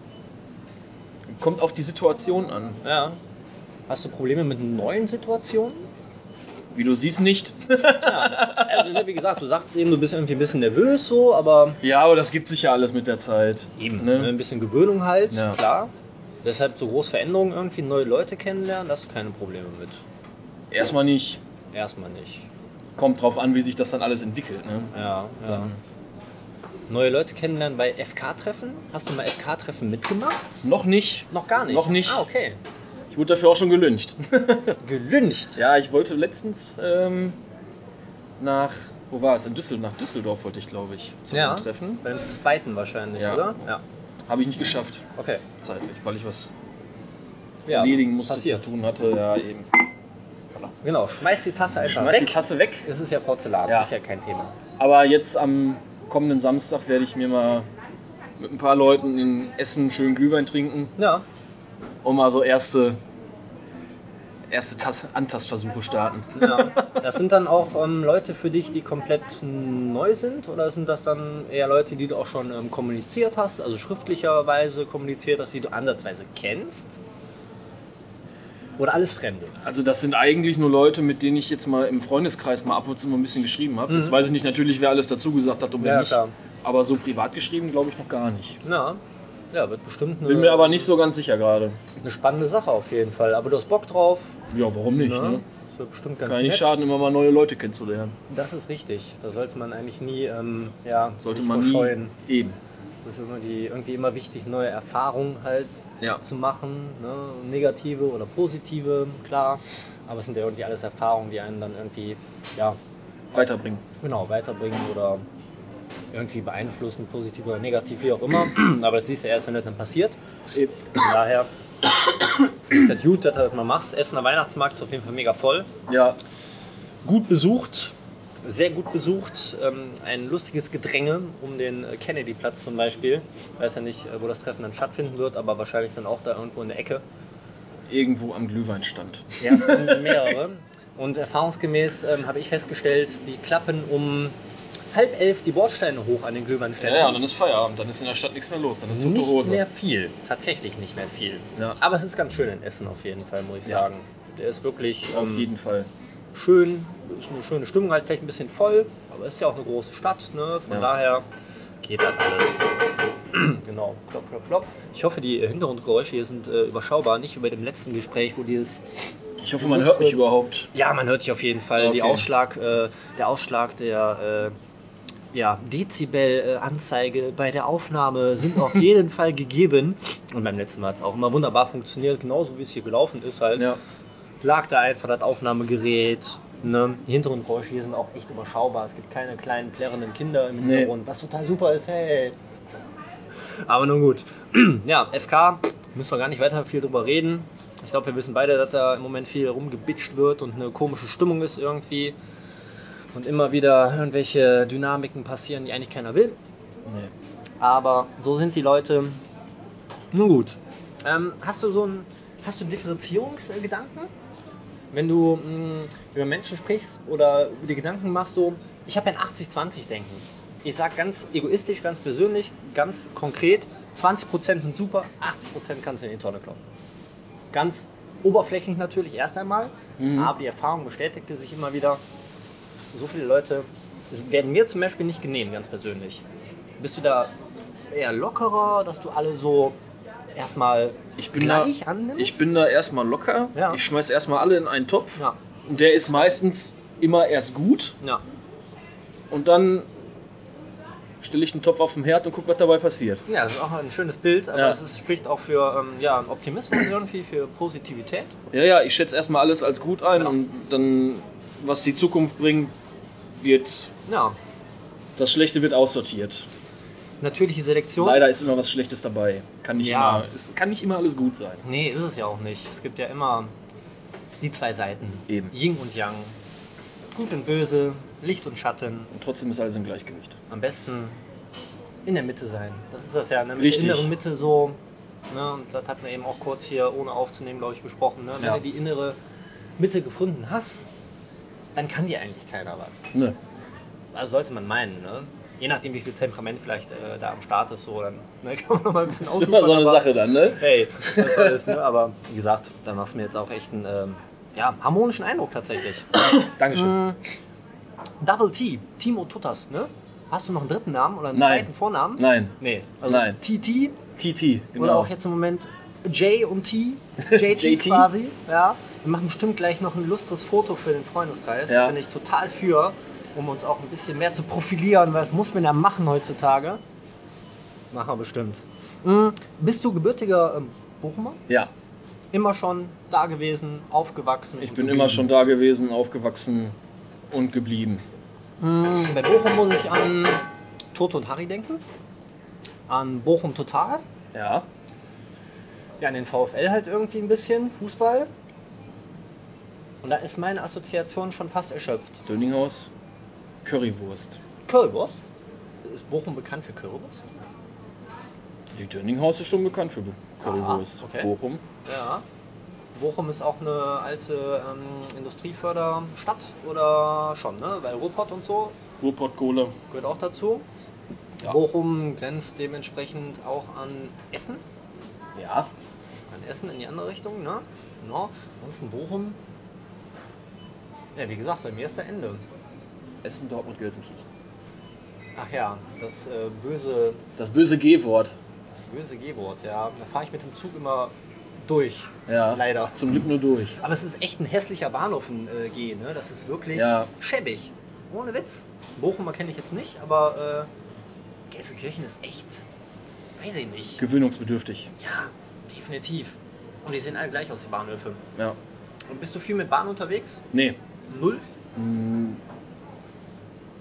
[SPEAKER 2] Kommt auf die Situation an.
[SPEAKER 1] Ja. Hast du Probleme mit neuen Situationen?
[SPEAKER 2] Wie du siehst, nicht.
[SPEAKER 1] Also, ne, wie gesagt, du sagst eben, du bist irgendwie ein bisschen nervös so, aber
[SPEAKER 2] Ja, aber das gibt sich ja alles mit der Zeit.
[SPEAKER 1] eben, ne? ein
[SPEAKER 2] Ne?
[SPEAKER 1] bisschen Gewöhnung halt,
[SPEAKER 2] Ja.
[SPEAKER 1] klar. Deshalb so große Veränderungen irgendwie, neue Leute kennenlernen, das hast du keine Probleme mit.
[SPEAKER 2] Erstmal nicht.
[SPEAKER 1] Erstmal nicht.
[SPEAKER 2] Kommt drauf an, wie sich das dann alles entwickelt. Ne?
[SPEAKER 1] Ja, ja.
[SPEAKER 2] Dann
[SPEAKER 1] Neue Leute kennenlernen bei FK-Treffen. Hast du mal FK-Treffen mitgemacht?
[SPEAKER 2] noch nicht.
[SPEAKER 1] Noch gar nicht.
[SPEAKER 2] Noch nicht.
[SPEAKER 1] Ah, okay.
[SPEAKER 2] Ich wurde dafür auch schon gelüncht. (laughs)
[SPEAKER 1] Gelüncht.
[SPEAKER 2] ja, ich wollte letztens ähm, nach, wo war es? In Düsseldorf. Nach Düsseldorf wollte ich, glaube ich, zu einem Treffen.
[SPEAKER 1] Beim zweiten wahrscheinlich,
[SPEAKER 2] Ja.
[SPEAKER 1] oder? Ja.
[SPEAKER 2] Habe ich nicht geschafft,
[SPEAKER 1] Okay.
[SPEAKER 2] zeitlich, weil ich was
[SPEAKER 1] Ja,
[SPEAKER 2] erledigen musste,
[SPEAKER 1] passiert.
[SPEAKER 2] zu tun hatte. Ja, eben.
[SPEAKER 1] Genau, schmeiß die Tasse einfach
[SPEAKER 2] Schmeiß
[SPEAKER 1] weg.
[SPEAKER 2] die Tasse weg.
[SPEAKER 1] Es ist ja Porzellan,
[SPEAKER 2] Ja.
[SPEAKER 1] ist ja kein Thema.
[SPEAKER 2] Aber jetzt am kommenden Samstag werde ich mir mal mit ein paar Leuten in Essen schön Glühwein trinken
[SPEAKER 1] Ja,
[SPEAKER 2] und mal so erste, erste Tas Antastversuche starten.
[SPEAKER 1] ja. Das sind dann auch ähm, Leute für dich, die komplett neu sind? Oder sind das dann eher Leute, die du auch schon ähm, kommuniziert hast, also schriftlicherweise kommuniziert hast, die du ansatzweise kennst? Oder alles Fremde?
[SPEAKER 2] Also das sind eigentlich nur Leute, mit denen ich jetzt mal im Freundeskreis mal ab und zu mal ein bisschen geschrieben habe.
[SPEAKER 1] Mhm.
[SPEAKER 2] Jetzt weiß ich nicht natürlich, wer alles dazu gesagt hat und wer
[SPEAKER 1] Ja,
[SPEAKER 2] nicht.
[SPEAKER 1] klar.
[SPEAKER 2] Aber so privat geschrieben glaube ich noch gar nicht.
[SPEAKER 1] Ja. Ja, wird bestimmt eine,
[SPEAKER 2] Bin mir aber nicht so ganz sicher gerade.
[SPEAKER 1] eine spannende Sache auf jeden Fall. Aber du hast Bock drauf.
[SPEAKER 2] Ja, warum nicht?
[SPEAKER 1] ne?
[SPEAKER 2] Ne?
[SPEAKER 1] Das wird bestimmt ganz
[SPEAKER 2] Kann
[SPEAKER 1] nett.
[SPEAKER 2] nicht schaden, immer mal neue Leute kennenzulernen.
[SPEAKER 1] Das ist richtig. Da sollte man eigentlich nie, ähm, ja,
[SPEAKER 2] Sollte
[SPEAKER 1] sich
[SPEAKER 2] man
[SPEAKER 1] verscheuen.
[SPEAKER 2] nie. Eben.
[SPEAKER 1] Das ist immer die, irgendwie immer wichtig, neue Erfahrungen halt
[SPEAKER 2] Ja.
[SPEAKER 1] zu machen. Ne? Negative oder positive, klar. Aber es sind ja irgendwie alles Erfahrungen, die einen dann irgendwie, ja,
[SPEAKER 2] Weiterbringen.
[SPEAKER 1] genau, weiterbringen oder irgendwie beeinflussen, positiv oder negativ, wie auch immer. (clears throat) Aber das siehst du erst, wenn das dann passiert.
[SPEAKER 2] Eben.
[SPEAKER 1] Von daher, (clears throat) das gut, dass du das mal machst. Essener Weihnachtsmarkt ist auf jeden Fall mega voll.
[SPEAKER 2] Ja.
[SPEAKER 1] Gut besucht. Sehr gut besucht. Ähm, ein lustiges Gedränge um den äh, Kennedy-Platz zum Beispiel. Weiß ja nicht, äh, wo das Treffen dann stattfinden wird, aber wahrscheinlich dann auch da irgendwo in der Ecke.
[SPEAKER 2] Irgendwo am Glühweinstand.
[SPEAKER 1] Ja, es (laughs) waren mehrere. Und erfahrungsgemäß ähm, habe ich festgestellt, die klappen um halb elf die Bordsteine hoch an den
[SPEAKER 2] Ja,
[SPEAKER 1] Glühweinständen.
[SPEAKER 2] ja, dann ist Feierabend, dann ist in der Stadt nichts mehr los, dann ist tote
[SPEAKER 1] nicht
[SPEAKER 2] Hose.
[SPEAKER 1] mehr viel. Tatsächlich nicht mehr viel.
[SPEAKER 2] Ja.
[SPEAKER 1] Aber es ist ganz schön in Essen auf jeden Fall, muss ich
[SPEAKER 2] Ja.
[SPEAKER 1] sagen. Der ist wirklich
[SPEAKER 2] Auf
[SPEAKER 1] ähm,
[SPEAKER 2] jeden Fall.
[SPEAKER 1] schön, ist eine schöne Stimmung, halt vielleicht ein bisschen voll, aber ist ja auch eine große Stadt, ne? Von
[SPEAKER 2] Ja.
[SPEAKER 1] daher geht das alles. (clears throat) genau, klopp, klopp, klopp. Ich hoffe, die Hintergrundgeräusche hier sind äh, überschaubar, nicht wie bei dem letzten Gespräch, wo dieses.
[SPEAKER 2] Ich hoffe, man hört mich überhaupt.
[SPEAKER 1] Ja, man hört sich auf jeden Fall.
[SPEAKER 2] Ja,
[SPEAKER 1] Die
[SPEAKER 2] okay.
[SPEAKER 1] Ausschlag, äh, der Ausschlag der äh, ja, Dezibel-Anzeige bei der Aufnahme sind auf jeden Fall gegeben. Und beim letzten Mal hat es auch immer wunderbar funktioniert, genauso wie es hier gelaufen ist halt
[SPEAKER 2] Ja.
[SPEAKER 1] lag da einfach das Aufnahmegerät. Ne? Die hinteren Geräusche hier sind auch echt überschaubar. Es gibt keine kleinen plärrenden Kinder im
[SPEAKER 2] Nee.
[SPEAKER 1] Hintergrund, was total super ist, hey. Aber nun gut. (clears throat) ja, FK, müssen wir gar nicht weiter viel drüber reden. Ich glaube, wir wissen beide, dass da im Moment viel rumgebitscht wird und eine komische Stimmung ist irgendwie. Und immer wieder irgendwelche Dynamiken passieren, die eigentlich keiner will.
[SPEAKER 2] Nee.
[SPEAKER 1] Aber so sind die Leute. Nun gut. Ähm, hast du so ein, hast du Differenzierungsgedanken? Wenn du mh, über Menschen sprichst oder über die Gedanken machst, so, ich habe ein 80-20-Denken. Ich sage ganz egoistisch, ganz persönlich, ganz konkret, 20% sind super, 80% kannst du in die Tonne kloppen. Ganz oberflächlich natürlich erst einmal,
[SPEAKER 2] Mhm.
[SPEAKER 1] aber die Erfahrung bestätigte sich immer wieder, so viele Leute es werden mir zum Beispiel nicht genehm, ganz persönlich. Bist du da eher lockerer, dass du alle so erstmal
[SPEAKER 2] Ich bin, da,
[SPEAKER 1] gleich annimmst?
[SPEAKER 2] ich bin da erstmal locker.
[SPEAKER 1] Ja.
[SPEAKER 2] Ich schmeiß erstmal alle in einen Topf.
[SPEAKER 1] Ja,
[SPEAKER 2] Und der ist meistens immer erst gut.
[SPEAKER 1] ja,
[SPEAKER 2] Und dann stelle ich den Topf auf den Herd und gucke, was dabei passiert.
[SPEAKER 1] ja, das ist auch ein schönes Bild, aber
[SPEAKER 2] Ja.
[SPEAKER 1] das ist, spricht auch für ähm, ja, einen Optimismus irgendwie, für Positivität.
[SPEAKER 2] Ja, ja, ich schätze erstmal alles als gut ein
[SPEAKER 1] Ja.
[SPEAKER 2] und dann, was die Zukunft bringt, wird
[SPEAKER 1] Ja,
[SPEAKER 2] das Schlechte wird aussortiert.
[SPEAKER 1] natürliche Selektion.
[SPEAKER 2] Leider ist immer was Schlechtes dabei. Kann nicht,
[SPEAKER 1] Ja.
[SPEAKER 2] immer, es kann nicht immer alles gut sein.
[SPEAKER 1] Nee, ist es ja auch nicht. Es gibt ja immer die zwei Seiten.
[SPEAKER 2] Eben.
[SPEAKER 1] Yin und Yang. Gut und Böse, Licht und Schatten.
[SPEAKER 2] Und trotzdem ist alles im Gleichgewicht.
[SPEAKER 1] Am besten in der Mitte sein. Das ist das ja, ne? Mit
[SPEAKER 2] Richtig.
[SPEAKER 1] der inneren Mitte so. Ne? Und das hatten wir eben auch kurz hier ohne aufzunehmen, glaube ich, besprochen. Ne? Wenn
[SPEAKER 2] Ja.
[SPEAKER 1] du die innere Mitte gefunden hast, dann kann dir eigentlich keiner was.
[SPEAKER 2] Ne.
[SPEAKER 1] Also sollte man meinen, ne? je nachdem, wie viel Temperament vielleicht äh, da am Start ist, so, dann ne, (laughs) kann man noch mal ein bisschen
[SPEAKER 2] Das ist immer so eine
[SPEAKER 1] aber-
[SPEAKER 2] Sache dann, ne?
[SPEAKER 1] Hey, was soll das, ne? Aber wie gesagt, da machst du mir jetzt auch echt einen ähm, ja, harmonischen Eindruck tatsächlich.
[SPEAKER 2] Dankeschön.
[SPEAKER 1] Mm, Double T, Timo Tuttas, ne? Hast du noch einen dritten Namen oder einen
[SPEAKER 2] Nein.
[SPEAKER 1] zweiten Vornamen?
[SPEAKER 2] Nein.
[SPEAKER 1] Nee, also
[SPEAKER 2] Nein.
[SPEAKER 1] TT
[SPEAKER 2] TT, genau.
[SPEAKER 1] oder auch jetzt im Moment J und
[SPEAKER 2] (laughs)
[SPEAKER 1] T, JT,
[SPEAKER 2] JT.
[SPEAKER 1] quasi. Ja. Wir machen bestimmt gleich noch ein lustres Foto für den Freundeskreis.
[SPEAKER 2] Ja.
[SPEAKER 1] Da bin ich total für, um uns auch ein bisschen mehr zu profilieren, weil das muss man ja machen heutzutage. Machen wir bestimmt. Hm, Bist du gebürtiger ähm, Bochumer?
[SPEAKER 2] Ja,
[SPEAKER 1] Immer schon da gewesen, aufgewachsen?
[SPEAKER 2] ich
[SPEAKER 1] und
[SPEAKER 2] bin
[SPEAKER 1] geblieben?
[SPEAKER 2] immer schon da gewesen, aufgewachsen und geblieben.
[SPEAKER 1] Hm, Bei Bochum muss ich an Toto und Harry denken. An Bochum Total.
[SPEAKER 2] Ja.
[SPEAKER 1] Ja, an den VfL halt irgendwie ein bisschen, Fußball. Und da ist meine Assoziation schon fast erschöpft.
[SPEAKER 2] Dönninghaus, Currywurst.
[SPEAKER 1] Currywurst? Ist Bochum bekannt für Currywurst?
[SPEAKER 2] Die Dönninghaus ist schon bekannt für Currywurst.
[SPEAKER 1] Aha, Ah, okay.
[SPEAKER 2] Bochum.
[SPEAKER 1] Ja. Bochum ist auch eine alte ähm, Industrieförderstadt oder schon, ne? Weil Ruhrpott und so
[SPEAKER 2] Ruhrpott, Kohle.
[SPEAKER 1] gehört auch dazu.
[SPEAKER 2] Ja.
[SPEAKER 1] Bochum grenzt dementsprechend auch an Essen.
[SPEAKER 2] Ja.
[SPEAKER 1] An Essen in die andere Richtung, ne? Genau. Ansonsten Bochum. Ja, wie gesagt, bei mir ist der Ende.
[SPEAKER 2] Essen, Dortmund, Gelsenkirchen.
[SPEAKER 1] Ach ja, das äh, böse,
[SPEAKER 2] Das böse G-Wort.
[SPEAKER 1] das böse G-Wort, ja. Da fahre ich mit dem Zug immer durch.
[SPEAKER 2] Ja.
[SPEAKER 1] Leider.
[SPEAKER 2] Zum Glück nur durch.
[SPEAKER 1] Aber es ist echt ein hässlicher Bahnhof in äh, G, ne? Das ist wirklich
[SPEAKER 2] Ja.
[SPEAKER 1] schäbig. Ohne Witz. Bochumer kenne ich jetzt nicht, aber äh, Gelsenkirchen ist echt. Weiß ich nicht.
[SPEAKER 2] Gewöhnungsbedürftig.
[SPEAKER 1] ja, definitiv. Und die sehen alle gleich aus, die Bahnhöfe.
[SPEAKER 2] Ja.
[SPEAKER 1] Und bist du viel mit Bahn unterwegs?
[SPEAKER 2] Nee.
[SPEAKER 1] Null?
[SPEAKER 2] Hm.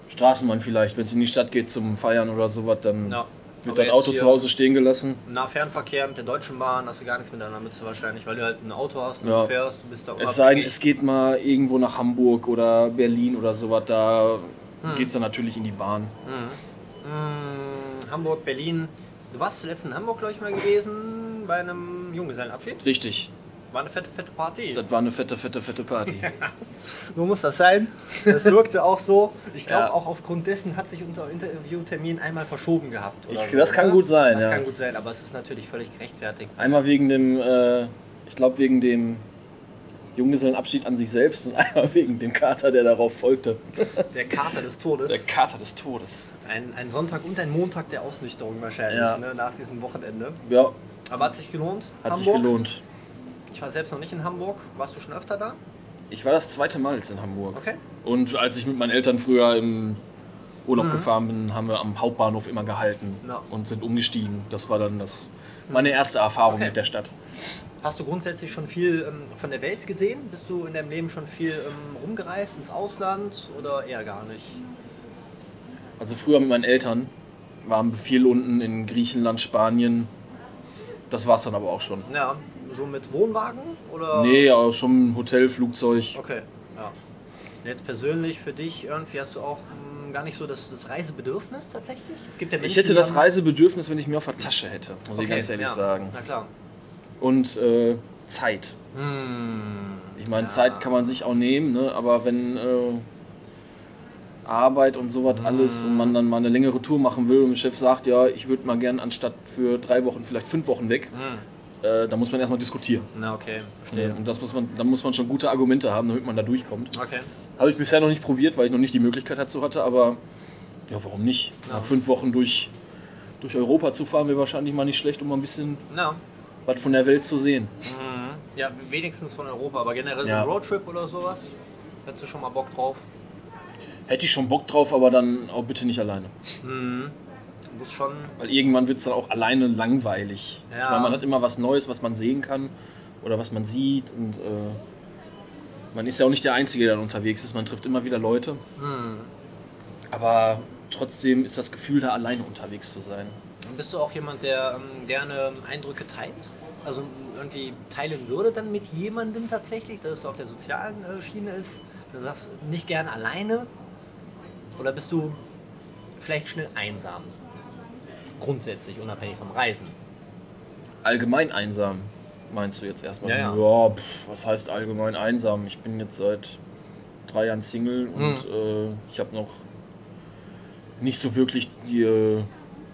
[SPEAKER 2] Straßenbahn vielleicht, wenn es in die Stadt geht zum Feiern oder sowas, dann
[SPEAKER 1] Ja.
[SPEAKER 2] wird
[SPEAKER 1] Aber
[SPEAKER 2] das
[SPEAKER 1] jetzt
[SPEAKER 2] Auto
[SPEAKER 1] hier-
[SPEAKER 2] zu Hause stehen gelassen.
[SPEAKER 1] Nahfernverkehr mit der Deutschen Bahn hast du gar nichts miteinander mit zu wahrscheinlich, weil du halt ein Auto hast und
[SPEAKER 2] Ja.
[SPEAKER 1] du fährst, du bist da
[SPEAKER 2] Es sei denn,
[SPEAKER 1] unabhängig.
[SPEAKER 2] es geht mal irgendwo nach Hamburg oder Berlin oder sowas, da
[SPEAKER 1] Hm.
[SPEAKER 2] geht's dann natürlich in die Bahn.
[SPEAKER 1] Mhm. Mm, Hamburg, Berlin. Du warst zuletzt in Hamburg, glaube ich, mal gewesen bei einem Junggesellenabschied.
[SPEAKER 2] Richtig.
[SPEAKER 1] War eine fette, fette Party.
[SPEAKER 2] Das war eine fette, fette, fette Party.
[SPEAKER 1] (laughs) Nur muss das sein. Das wirkte auch (laughs) so. Ich glaube,
[SPEAKER 2] Ja.
[SPEAKER 1] auch aufgrund dessen hat sich unser Interviewtermin einmal verschoben gehabt. oder
[SPEAKER 2] Ich-
[SPEAKER 1] so,
[SPEAKER 2] das kann
[SPEAKER 1] ne?
[SPEAKER 2] gut sein,
[SPEAKER 1] Das
[SPEAKER 2] ja.
[SPEAKER 1] kann gut sein, aber es ist natürlich völlig gerechtfertigt.
[SPEAKER 2] Einmal wegen dem, äh, ich glaube wegen dem Junggesellenabschied an sich selbst und (laughs) einmal wegen dem Kater, der darauf folgte.
[SPEAKER 1] Der Kater des Todes.
[SPEAKER 2] Der Kater des Todes.
[SPEAKER 1] Ein, ein Sonntag und ein Montag der Ausnüchterung wahrscheinlich,
[SPEAKER 2] Ja.
[SPEAKER 1] ne, nach diesem Wochenende.
[SPEAKER 2] Ja,
[SPEAKER 1] Aber hat sich gelohnt?
[SPEAKER 2] hat sich
[SPEAKER 1] Hamburg?
[SPEAKER 2] gelohnt.
[SPEAKER 1] Ich war selbst noch nicht in Hamburg. Warst du schon öfter da?
[SPEAKER 2] Ich war das zweite Mal jetzt in Hamburg.
[SPEAKER 1] Okay.
[SPEAKER 2] Und als ich mit meinen Eltern früher im Urlaub
[SPEAKER 1] Mhm.
[SPEAKER 2] gefahren bin, haben wir am Hauptbahnhof immer gehalten
[SPEAKER 1] Ja. Mhm.
[SPEAKER 2] und sind umgestiegen. Das war dann das, meine erste Erfahrung
[SPEAKER 1] Okay.
[SPEAKER 2] mit der Stadt.
[SPEAKER 1] Hast du grundsätzlich schon viel ähm, von der Welt gesehen? Bist du in deinem Leben schon viel ähm, rumgereist ins Ausland oder eher gar nicht?
[SPEAKER 2] Also früher mit meinen Eltern waren wir viel unten in Griechenland, Spanien. Das war's dann aber auch schon.
[SPEAKER 1] Ja, so mit Wohnwagen oder?
[SPEAKER 2] Nee, aber schon Hotel, Flugzeug.
[SPEAKER 1] Okay, ja. Jetzt persönlich für dich irgendwie hast du auch mh, gar nicht so das, das Reisebedürfnis tatsächlich? Es gibt ja
[SPEAKER 2] Ich
[SPEAKER 1] Menschen,
[SPEAKER 2] hätte
[SPEAKER 1] die
[SPEAKER 2] das
[SPEAKER 1] haben-
[SPEAKER 2] Reisebedürfnis, wenn ich mehr auf der Tasche hätte, muss ich
[SPEAKER 1] Okay,
[SPEAKER 2] ganz ehrlich
[SPEAKER 1] ja.
[SPEAKER 2] sagen.
[SPEAKER 1] Na klar.
[SPEAKER 2] Und äh, Zeit.
[SPEAKER 1] Hm,
[SPEAKER 2] Ich meine,
[SPEAKER 1] ja.
[SPEAKER 2] Zeit kann man sich auch nehmen, ne? aber wenn äh, Arbeit und sowas
[SPEAKER 1] Mhm.
[SPEAKER 2] alles und man dann mal eine längere Tour machen will und der Chef sagt, ja, ich würde mal gern anstatt für drei Wochen vielleicht fünf Wochen weg,
[SPEAKER 1] Hm,
[SPEAKER 2] äh, da muss man erstmal diskutieren.
[SPEAKER 1] na okay, verstehe.
[SPEAKER 2] Ne? Und das muss man, da muss man schon gute Argumente haben, damit man da durchkommt.
[SPEAKER 1] Okay.
[SPEAKER 2] Habe ich bisher noch nicht probiert, weil ich noch nicht die Möglichkeit dazu hatte, aber ja, warum nicht?
[SPEAKER 1] Ja.
[SPEAKER 2] Nach fünf Wochen durch, durch Europa zu fahren, wäre wahrscheinlich mal nicht schlecht, um mal ein bisschen
[SPEAKER 1] Na.
[SPEAKER 2] was von der Welt zu sehen.
[SPEAKER 1] Mhm. Ja, wenigstens von Europa, aber generell
[SPEAKER 2] Ja.
[SPEAKER 1] so ein Roadtrip oder sowas. Hättest du schon mal Bock drauf?
[SPEAKER 2] Hätte ich schon Bock drauf, aber dann auch bitte nicht alleine.
[SPEAKER 1] Mhm. Du musst schon.
[SPEAKER 2] Weil irgendwann wird es dann auch alleine langweilig.
[SPEAKER 1] Ja.
[SPEAKER 2] Ich meine, man hat immer was Neues, was man sehen kann oder was man sieht. Und äh, man ist ja auch nicht der Einzige, der dann unterwegs ist. Man trifft immer wieder Leute.
[SPEAKER 1] Mhm.
[SPEAKER 2] Aber trotzdem ist das Gefühl, da alleine unterwegs zu sein.
[SPEAKER 1] Und bist du auch jemand, der ähm, gerne Eindrücke teilt? Also irgendwie teilen würde dann mit jemandem tatsächlich, dass es so auf der sozialen äh, Schiene ist? Du sagst nicht gern alleine? Oder bist du vielleicht schnell einsam? Grundsätzlich, unabhängig vom Reisen.
[SPEAKER 2] Allgemein einsam, meinst du jetzt erstmal?
[SPEAKER 1] Ja, ja.
[SPEAKER 2] pff, was heißt allgemein einsam? Ich
[SPEAKER 1] Hm.
[SPEAKER 2] bin jetzt seit drei Jahren Single und äh, ich habe noch nicht so wirklich die, äh,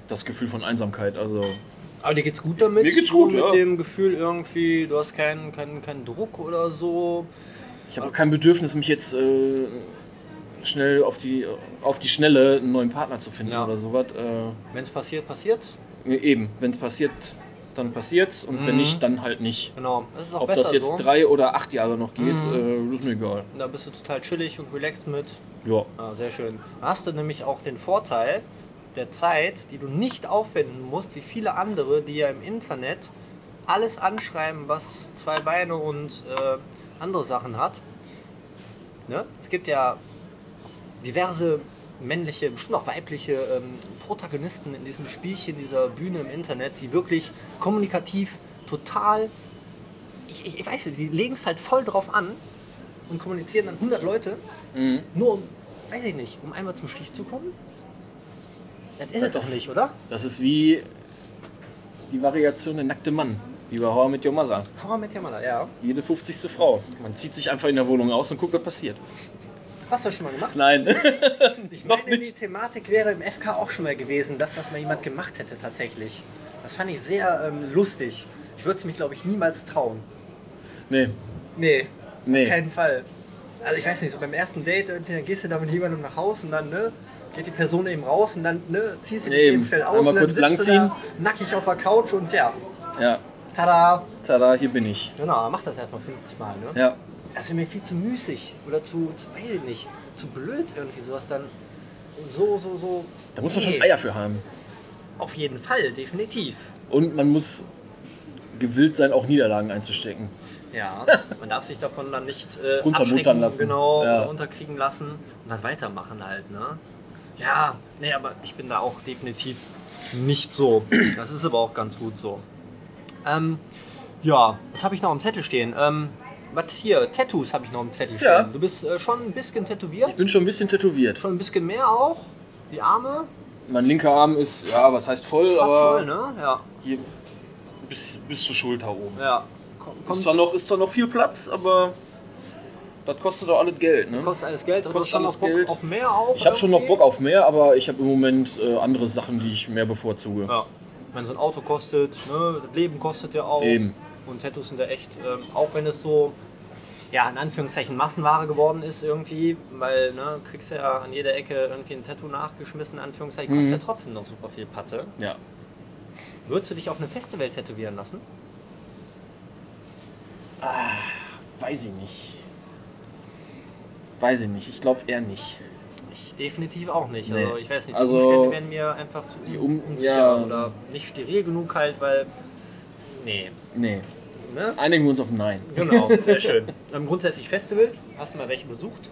[SPEAKER 2] das Gefühl von Einsamkeit. Also
[SPEAKER 1] Aber dir geht's gut damit?
[SPEAKER 2] Mir geht's gut,
[SPEAKER 1] so Mit
[SPEAKER 2] ja.
[SPEAKER 1] dem Gefühl irgendwie, du hast keinen keinen keinen Druck oder so.
[SPEAKER 2] ich habe auch kein Bedürfnis, mich jetzt äh, schnell auf die, auf die Schnelle einen neuen Partner zu finden
[SPEAKER 1] Ja.
[SPEAKER 2] oder sowas. Äh,
[SPEAKER 1] Wenn es passiert, passiert.
[SPEAKER 2] eben, wenn es passiert, dann passiert's und wenn
[SPEAKER 1] Mhm.
[SPEAKER 2] nicht, dann halt nicht.
[SPEAKER 1] Genau. Das ist auch
[SPEAKER 2] Ob
[SPEAKER 1] besser
[SPEAKER 2] das jetzt
[SPEAKER 1] so.
[SPEAKER 2] drei oder acht Jahre noch geht,
[SPEAKER 1] Mhm.
[SPEAKER 2] äh, ist mir egal.
[SPEAKER 1] Da bist du total chillig und relaxed mit.
[SPEAKER 2] Ja.
[SPEAKER 1] Ah, sehr schön. Da hast du nämlich auch den Vorteil der Zeit, die du nicht aufwenden musst, wie viele andere, die ja im Internet alles anschreiben, was zwei Beine und äh, andere Sachen hat. Ne? Es gibt ja diverse männliche, bestimmt auch weibliche ähm, Protagonisten in diesem Spielchen, dieser Bühne im Internet, die wirklich kommunikativ total, ich, ich, ich weiß nicht, die legen es halt voll drauf an und kommunizieren an 100 Leute
[SPEAKER 2] Mhm.
[SPEAKER 1] nur um, weiß ich nicht, um einmal zum Stich zu kommen? Das ist es doch nicht, oder?
[SPEAKER 2] Halt Das ist wie die Variation der nackte Mann, wie bei Horror mit Your Mother.
[SPEAKER 1] Horror mit Jamala, ja.
[SPEAKER 2] Jede 50. Frau. Man zieht sich einfach in der Wohnung aus und guckt, was passiert.
[SPEAKER 1] Hast du das schon mal gemacht?
[SPEAKER 2] Nein, (laughs)
[SPEAKER 1] ich
[SPEAKER 2] noch
[SPEAKER 1] meine, die
[SPEAKER 2] nicht.
[SPEAKER 1] Thematik wäre im FK auch schon mal gewesen, dass das mal jemand gemacht hätte tatsächlich. Das fand ich sehr ähm, lustig. Ich würde es mich, glaube ich, niemals trauen.
[SPEAKER 2] Nee,
[SPEAKER 1] Nee, auf
[SPEAKER 2] nee.
[SPEAKER 1] keinen Fall. Also ich weiß nicht, so beim ersten Date, irgendwie, dann gehst du da mit jemandem nach Hause und dann, ne, geht die Person eben raus und dann, ne, ziehst du dich
[SPEAKER 2] Eben.
[SPEAKER 1] eben schnell aus
[SPEAKER 2] Einmal
[SPEAKER 1] und dann
[SPEAKER 2] kurz
[SPEAKER 1] sitzt du
[SPEAKER 2] langziehen.
[SPEAKER 1] da nackig auf der Couch und ja,
[SPEAKER 2] Ja,
[SPEAKER 1] tada.
[SPEAKER 2] tada, hier bin ich.
[SPEAKER 1] Genau, mach das erstmal 50 Mal, ne?
[SPEAKER 2] Ja,
[SPEAKER 1] Das wäre mir viel zu müßig oder zu, zu weiß ich nicht, zu blöd irgendwie sowas dann so, so, so.
[SPEAKER 2] da muss man
[SPEAKER 1] Nee.
[SPEAKER 2] schon Eier für haben.
[SPEAKER 1] Auf jeden Fall, definitiv.
[SPEAKER 2] Und man muss gewillt sein, auch Niederlagen einzustecken.
[SPEAKER 1] Ja,
[SPEAKER 2] (laughs)
[SPEAKER 1] man darf sich davon dann nicht äh,
[SPEAKER 2] Runtermuttern
[SPEAKER 1] abschrecken,
[SPEAKER 2] lassen.
[SPEAKER 1] Genau,
[SPEAKER 2] Ja.
[SPEAKER 1] oder unterkriegen lassen und dann weitermachen halt, ne? Ja, nee, aber ich bin da auch definitiv nicht
[SPEAKER 2] (clears throat)
[SPEAKER 1] so. Das ist aber auch ganz gut so. Ähm, ja, was habe ich noch am Zettel stehen? Ähm, was hier? Tattoos habe ich noch am Zettel stehen.
[SPEAKER 2] Ja.
[SPEAKER 1] Du bist äh, schon ein bisschen tätowiert.
[SPEAKER 2] Ich bin schon ein bisschen tätowiert.
[SPEAKER 1] Schon ein bisschen mehr auch. Die Arme.
[SPEAKER 2] Mein linker Arm ist, ja, was heißt voll,
[SPEAKER 1] Fast
[SPEAKER 2] aber
[SPEAKER 1] voll, ne? Ja.
[SPEAKER 2] hier bis, bis zur Schulter oben.
[SPEAKER 1] ja. Komm-
[SPEAKER 2] Ist
[SPEAKER 1] Kommt,
[SPEAKER 2] zwar, noch, ist zwar noch viel Platz, aber das kostet doch alles Geld, ne?
[SPEAKER 1] kostet alles Geld. aber du hast
[SPEAKER 2] Kostet
[SPEAKER 1] schon
[SPEAKER 2] alles
[SPEAKER 1] noch Bock
[SPEAKER 2] Geld.
[SPEAKER 1] auf mehr auch.
[SPEAKER 2] Ich habe schon noch
[SPEAKER 1] irgendwie?
[SPEAKER 2] Bock auf mehr, aber ich habe im Moment äh, andere Sachen, die ich mehr bevorzuge.
[SPEAKER 1] Ja. Wenn so ein Auto kostet, ne? Das Leben kostet ja auch.
[SPEAKER 2] Eben.
[SPEAKER 1] Und Tattoos sind ja echt, ähm, auch wenn es so, ja, in Anführungszeichen Massenware geworden ist irgendwie, weil, ne, kriegst ja an jeder Ecke irgendwie ein Tattoo nachgeschmissen, in Anführungszeichen,
[SPEAKER 2] Mhm.
[SPEAKER 1] kostet ja trotzdem noch super viel Patte.
[SPEAKER 2] Ja.
[SPEAKER 1] Würdest du dich auf einem Festival tätowieren lassen?
[SPEAKER 2] Ah, weiß ich nicht. Weiß ich nicht. Ich glaube eher nicht.
[SPEAKER 1] Ich definitiv auch nicht.
[SPEAKER 2] Nee.
[SPEAKER 1] Also ich weiß nicht, die
[SPEAKER 2] Also,
[SPEAKER 1] Umstände werden mir einfach zu
[SPEAKER 2] die Um-
[SPEAKER 1] unsicher
[SPEAKER 2] ja.
[SPEAKER 1] oder nicht steril genug halt, weil. Nee.
[SPEAKER 2] Nee.
[SPEAKER 1] Ne?
[SPEAKER 2] Einigen wir uns auf Nein.
[SPEAKER 1] Genau,
[SPEAKER 2] (laughs)
[SPEAKER 1] sehr schön. Ähm, grundsätzlich Festivals, hast du mal welche besucht?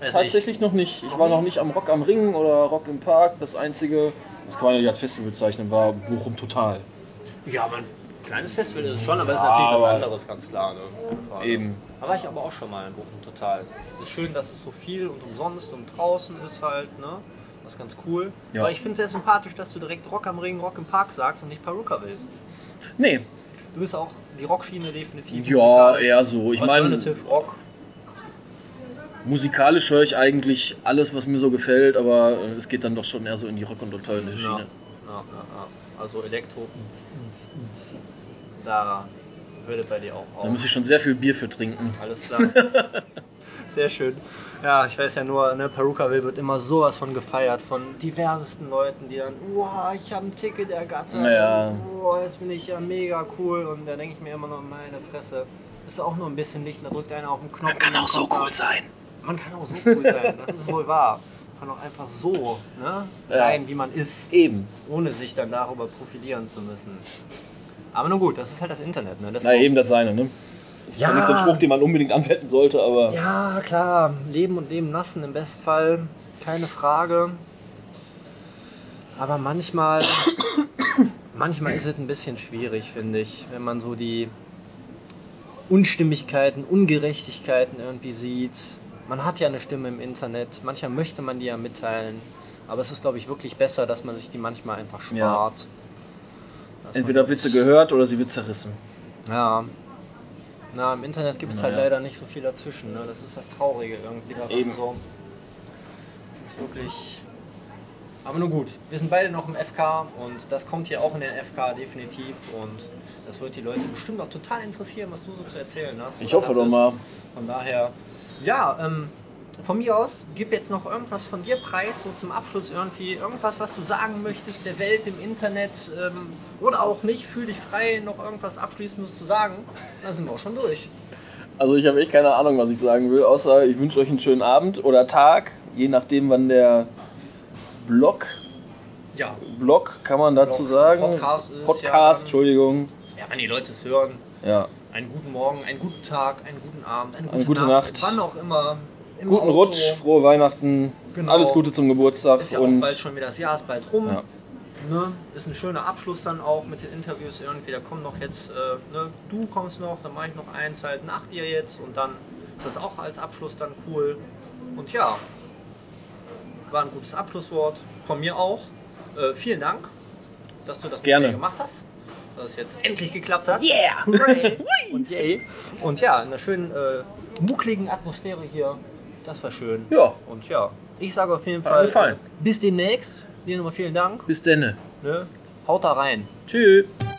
[SPEAKER 1] Weiß
[SPEAKER 2] Tatsächlich noch nicht. Ich war noch nicht am Rock am Ring oder Rock im Park. Das einzige, das kann man ja nicht als Festival bezeichnen, war Bochum Total.
[SPEAKER 1] Nicht. Ja, aber ein kleines Festival ist es schon, aber es ist
[SPEAKER 2] Ja,
[SPEAKER 1] natürlich was
[SPEAKER 2] aber-
[SPEAKER 1] anderes, ganz klar. Ne? Klar,
[SPEAKER 2] Eben.
[SPEAKER 1] Da war ich aber auch schon mal in Bochum total. Ist schön, dass es so viel und umsonst und draußen ist halt, ne? Das ist ganz cool.
[SPEAKER 2] Ja.
[SPEAKER 1] Aber ich finde es sehr sympathisch, dass du direkt Rock am Ring, Rock im Park sagst und nicht Peruka willst.
[SPEAKER 2] Nee.
[SPEAKER 1] Du bist auch die Rockschiene definitiv.
[SPEAKER 2] Ja,
[SPEAKER 1] musikalisch.
[SPEAKER 2] eher so. Ich meine,
[SPEAKER 1] Alternative Rock.
[SPEAKER 2] musikalisch höre ich eigentlich alles, was mir so gefällt, aber äh, es geht dann doch schon eher so in die Rock- und alternative
[SPEAKER 1] Ja. Ja,
[SPEAKER 2] Schiene.
[SPEAKER 1] ja, ja. Also Elektro. Da würde bei dir auch auf.
[SPEAKER 2] Da muss ich schon sehr viel Bier für trinken.
[SPEAKER 1] (laughs) Alles klar.
[SPEAKER 2] (laughs)
[SPEAKER 1] Sehr schön. Ja, ich weiß ja nur, ne, Perukaville wird immer sowas von gefeiert von diversesten Leuten, die dann, wow, ich habe ein Ticket ergattert.
[SPEAKER 2] Ja.
[SPEAKER 1] und, Wow, jetzt bin ich ja mega cool. Und da denke ich mir immer noch, meine Fresse. Ist auch nur ein bisschen Licht, da drückt einer auf den Knopf.
[SPEAKER 2] Man kann
[SPEAKER 1] und
[SPEAKER 2] auch so
[SPEAKER 1] kommt da-
[SPEAKER 2] cool sein.
[SPEAKER 1] Man kann auch so cool sein, das ist wohl wahr. Man kann auch einfach so ne,
[SPEAKER 2] Ja.
[SPEAKER 1] sein, wie man ist
[SPEAKER 2] Eben.
[SPEAKER 1] ohne sich dann darüber profilieren zu müssen. Aber nun gut, das ist halt das Internet, ne? Das
[SPEAKER 2] Na, eben das seine, ne? Das ist
[SPEAKER 1] Ja.
[SPEAKER 2] ja nicht so ein Spruch, den man unbedingt anwenden sollte, aber.
[SPEAKER 1] Ja, klar, leben und leben lassen im Bestfall, keine Frage. Aber manchmal, (coughs) manchmal ist es ein bisschen schwierig, finde ich, wenn man so die Unstimmigkeiten, Ungerechtigkeiten irgendwie sieht. Man hat ja eine Stimme im Internet, manchmal möchte man die ja mitteilen, aber es ist, glaube ich, wirklich besser, dass man sich die manchmal einfach spart.
[SPEAKER 2] Ja.
[SPEAKER 1] Dass man
[SPEAKER 2] Entweder wird sie gehört oder sie wird zerrissen.
[SPEAKER 1] Ja. Na, im Internet gibt es halt
[SPEAKER 2] Naja.
[SPEAKER 1] leider nicht so viel dazwischen. Ne? Das ist das Traurige irgendwie daran.
[SPEAKER 2] Eben.
[SPEAKER 1] So. Es ist wirklich Aber nun gut, wir sind beide noch im FK und das kommt hier auch in den FK definitiv und das wird die Leute bestimmt auch total interessieren, was du so zu erzählen hast.
[SPEAKER 2] Ich
[SPEAKER 1] oder
[SPEAKER 2] hoffe doch
[SPEAKER 1] hattest.
[SPEAKER 2] mal.
[SPEAKER 1] Von daher, ja, ähm, von mir aus, gib jetzt noch irgendwas von dir preis, so zum Abschluss irgendwie, irgendwas, was du sagen möchtest, der Welt, im Internet ähm, oder auch nicht, fühl dich frei, noch irgendwas Abschließendes zu sagen. Dann sind wir auch schon durch.
[SPEAKER 2] Also ich habe echt keine Ahnung, was ich sagen will, außer ich wünsche euch einen schönen Abend oder Tag, je nachdem wann der Blog,
[SPEAKER 1] Ja,
[SPEAKER 2] Blog kann man dazu
[SPEAKER 1] Blog,
[SPEAKER 2] sagen,
[SPEAKER 1] Podcast ist
[SPEAKER 2] Podcast
[SPEAKER 1] ja dann-
[SPEAKER 2] Entschuldigung,
[SPEAKER 1] ja wenn die Leute es hören,
[SPEAKER 2] ja,
[SPEAKER 1] einen guten Morgen, einen guten Tag, einen guten Abend, eine gute,
[SPEAKER 2] Eine gute
[SPEAKER 1] Nacht,
[SPEAKER 2] Nacht.
[SPEAKER 1] wann auch immer. im
[SPEAKER 2] guten
[SPEAKER 1] Auto.
[SPEAKER 2] Rutsch, frohe Weihnachten,
[SPEAKER 1] Genau.
[SPEAKER 2] alles Gute zum Geburtstag
[SPEAKER 1] Ist ja auch
[SPEAKER 2] und
[SPEAKER 1] bald schon wieder, das Jahr ist bald rum.
[SPEAKER 2] Ja.
[SPEAKER 1] Ne? Ist ein schöner Abschluss dann auch mit den Interviews irgendwie. Da kommen noch jetzt, äh, ne? du kommst noch, dann mache ich noch eins halt nach dir jetzt und dann ist das auch als Abschluss dann cool. Und ja, war ein gutes Abschlusswort. Von mir auch. Äh, vielen Dank, dass du das mit
[SPEAKER 2] Gerne.
[SPEAKER 1] mir gemacht hast. Dass es jetzt endlich geklappt hat. Yeah! (laughs) Hooray! und yay! Und ja, in einer schönen, äh, muckligen Atmosphäre hier. Das war schön.
[SPEAKER 2] Ja.
[SPEAKER 1] Und ja, ich sage auf jeden
[SPEAKER 2] Hat mir
[SPEAKER 1] Fall,
[SPEAKER 2] gefallen.
[SPEAKER 1] äh, bis demnächst. Dir nochmal vielen Dank.
[SPEAKER 2] bis denne.
[SPEAKER 1] Ne? Haut da rein.
[SPEAKER 2] Tschüss.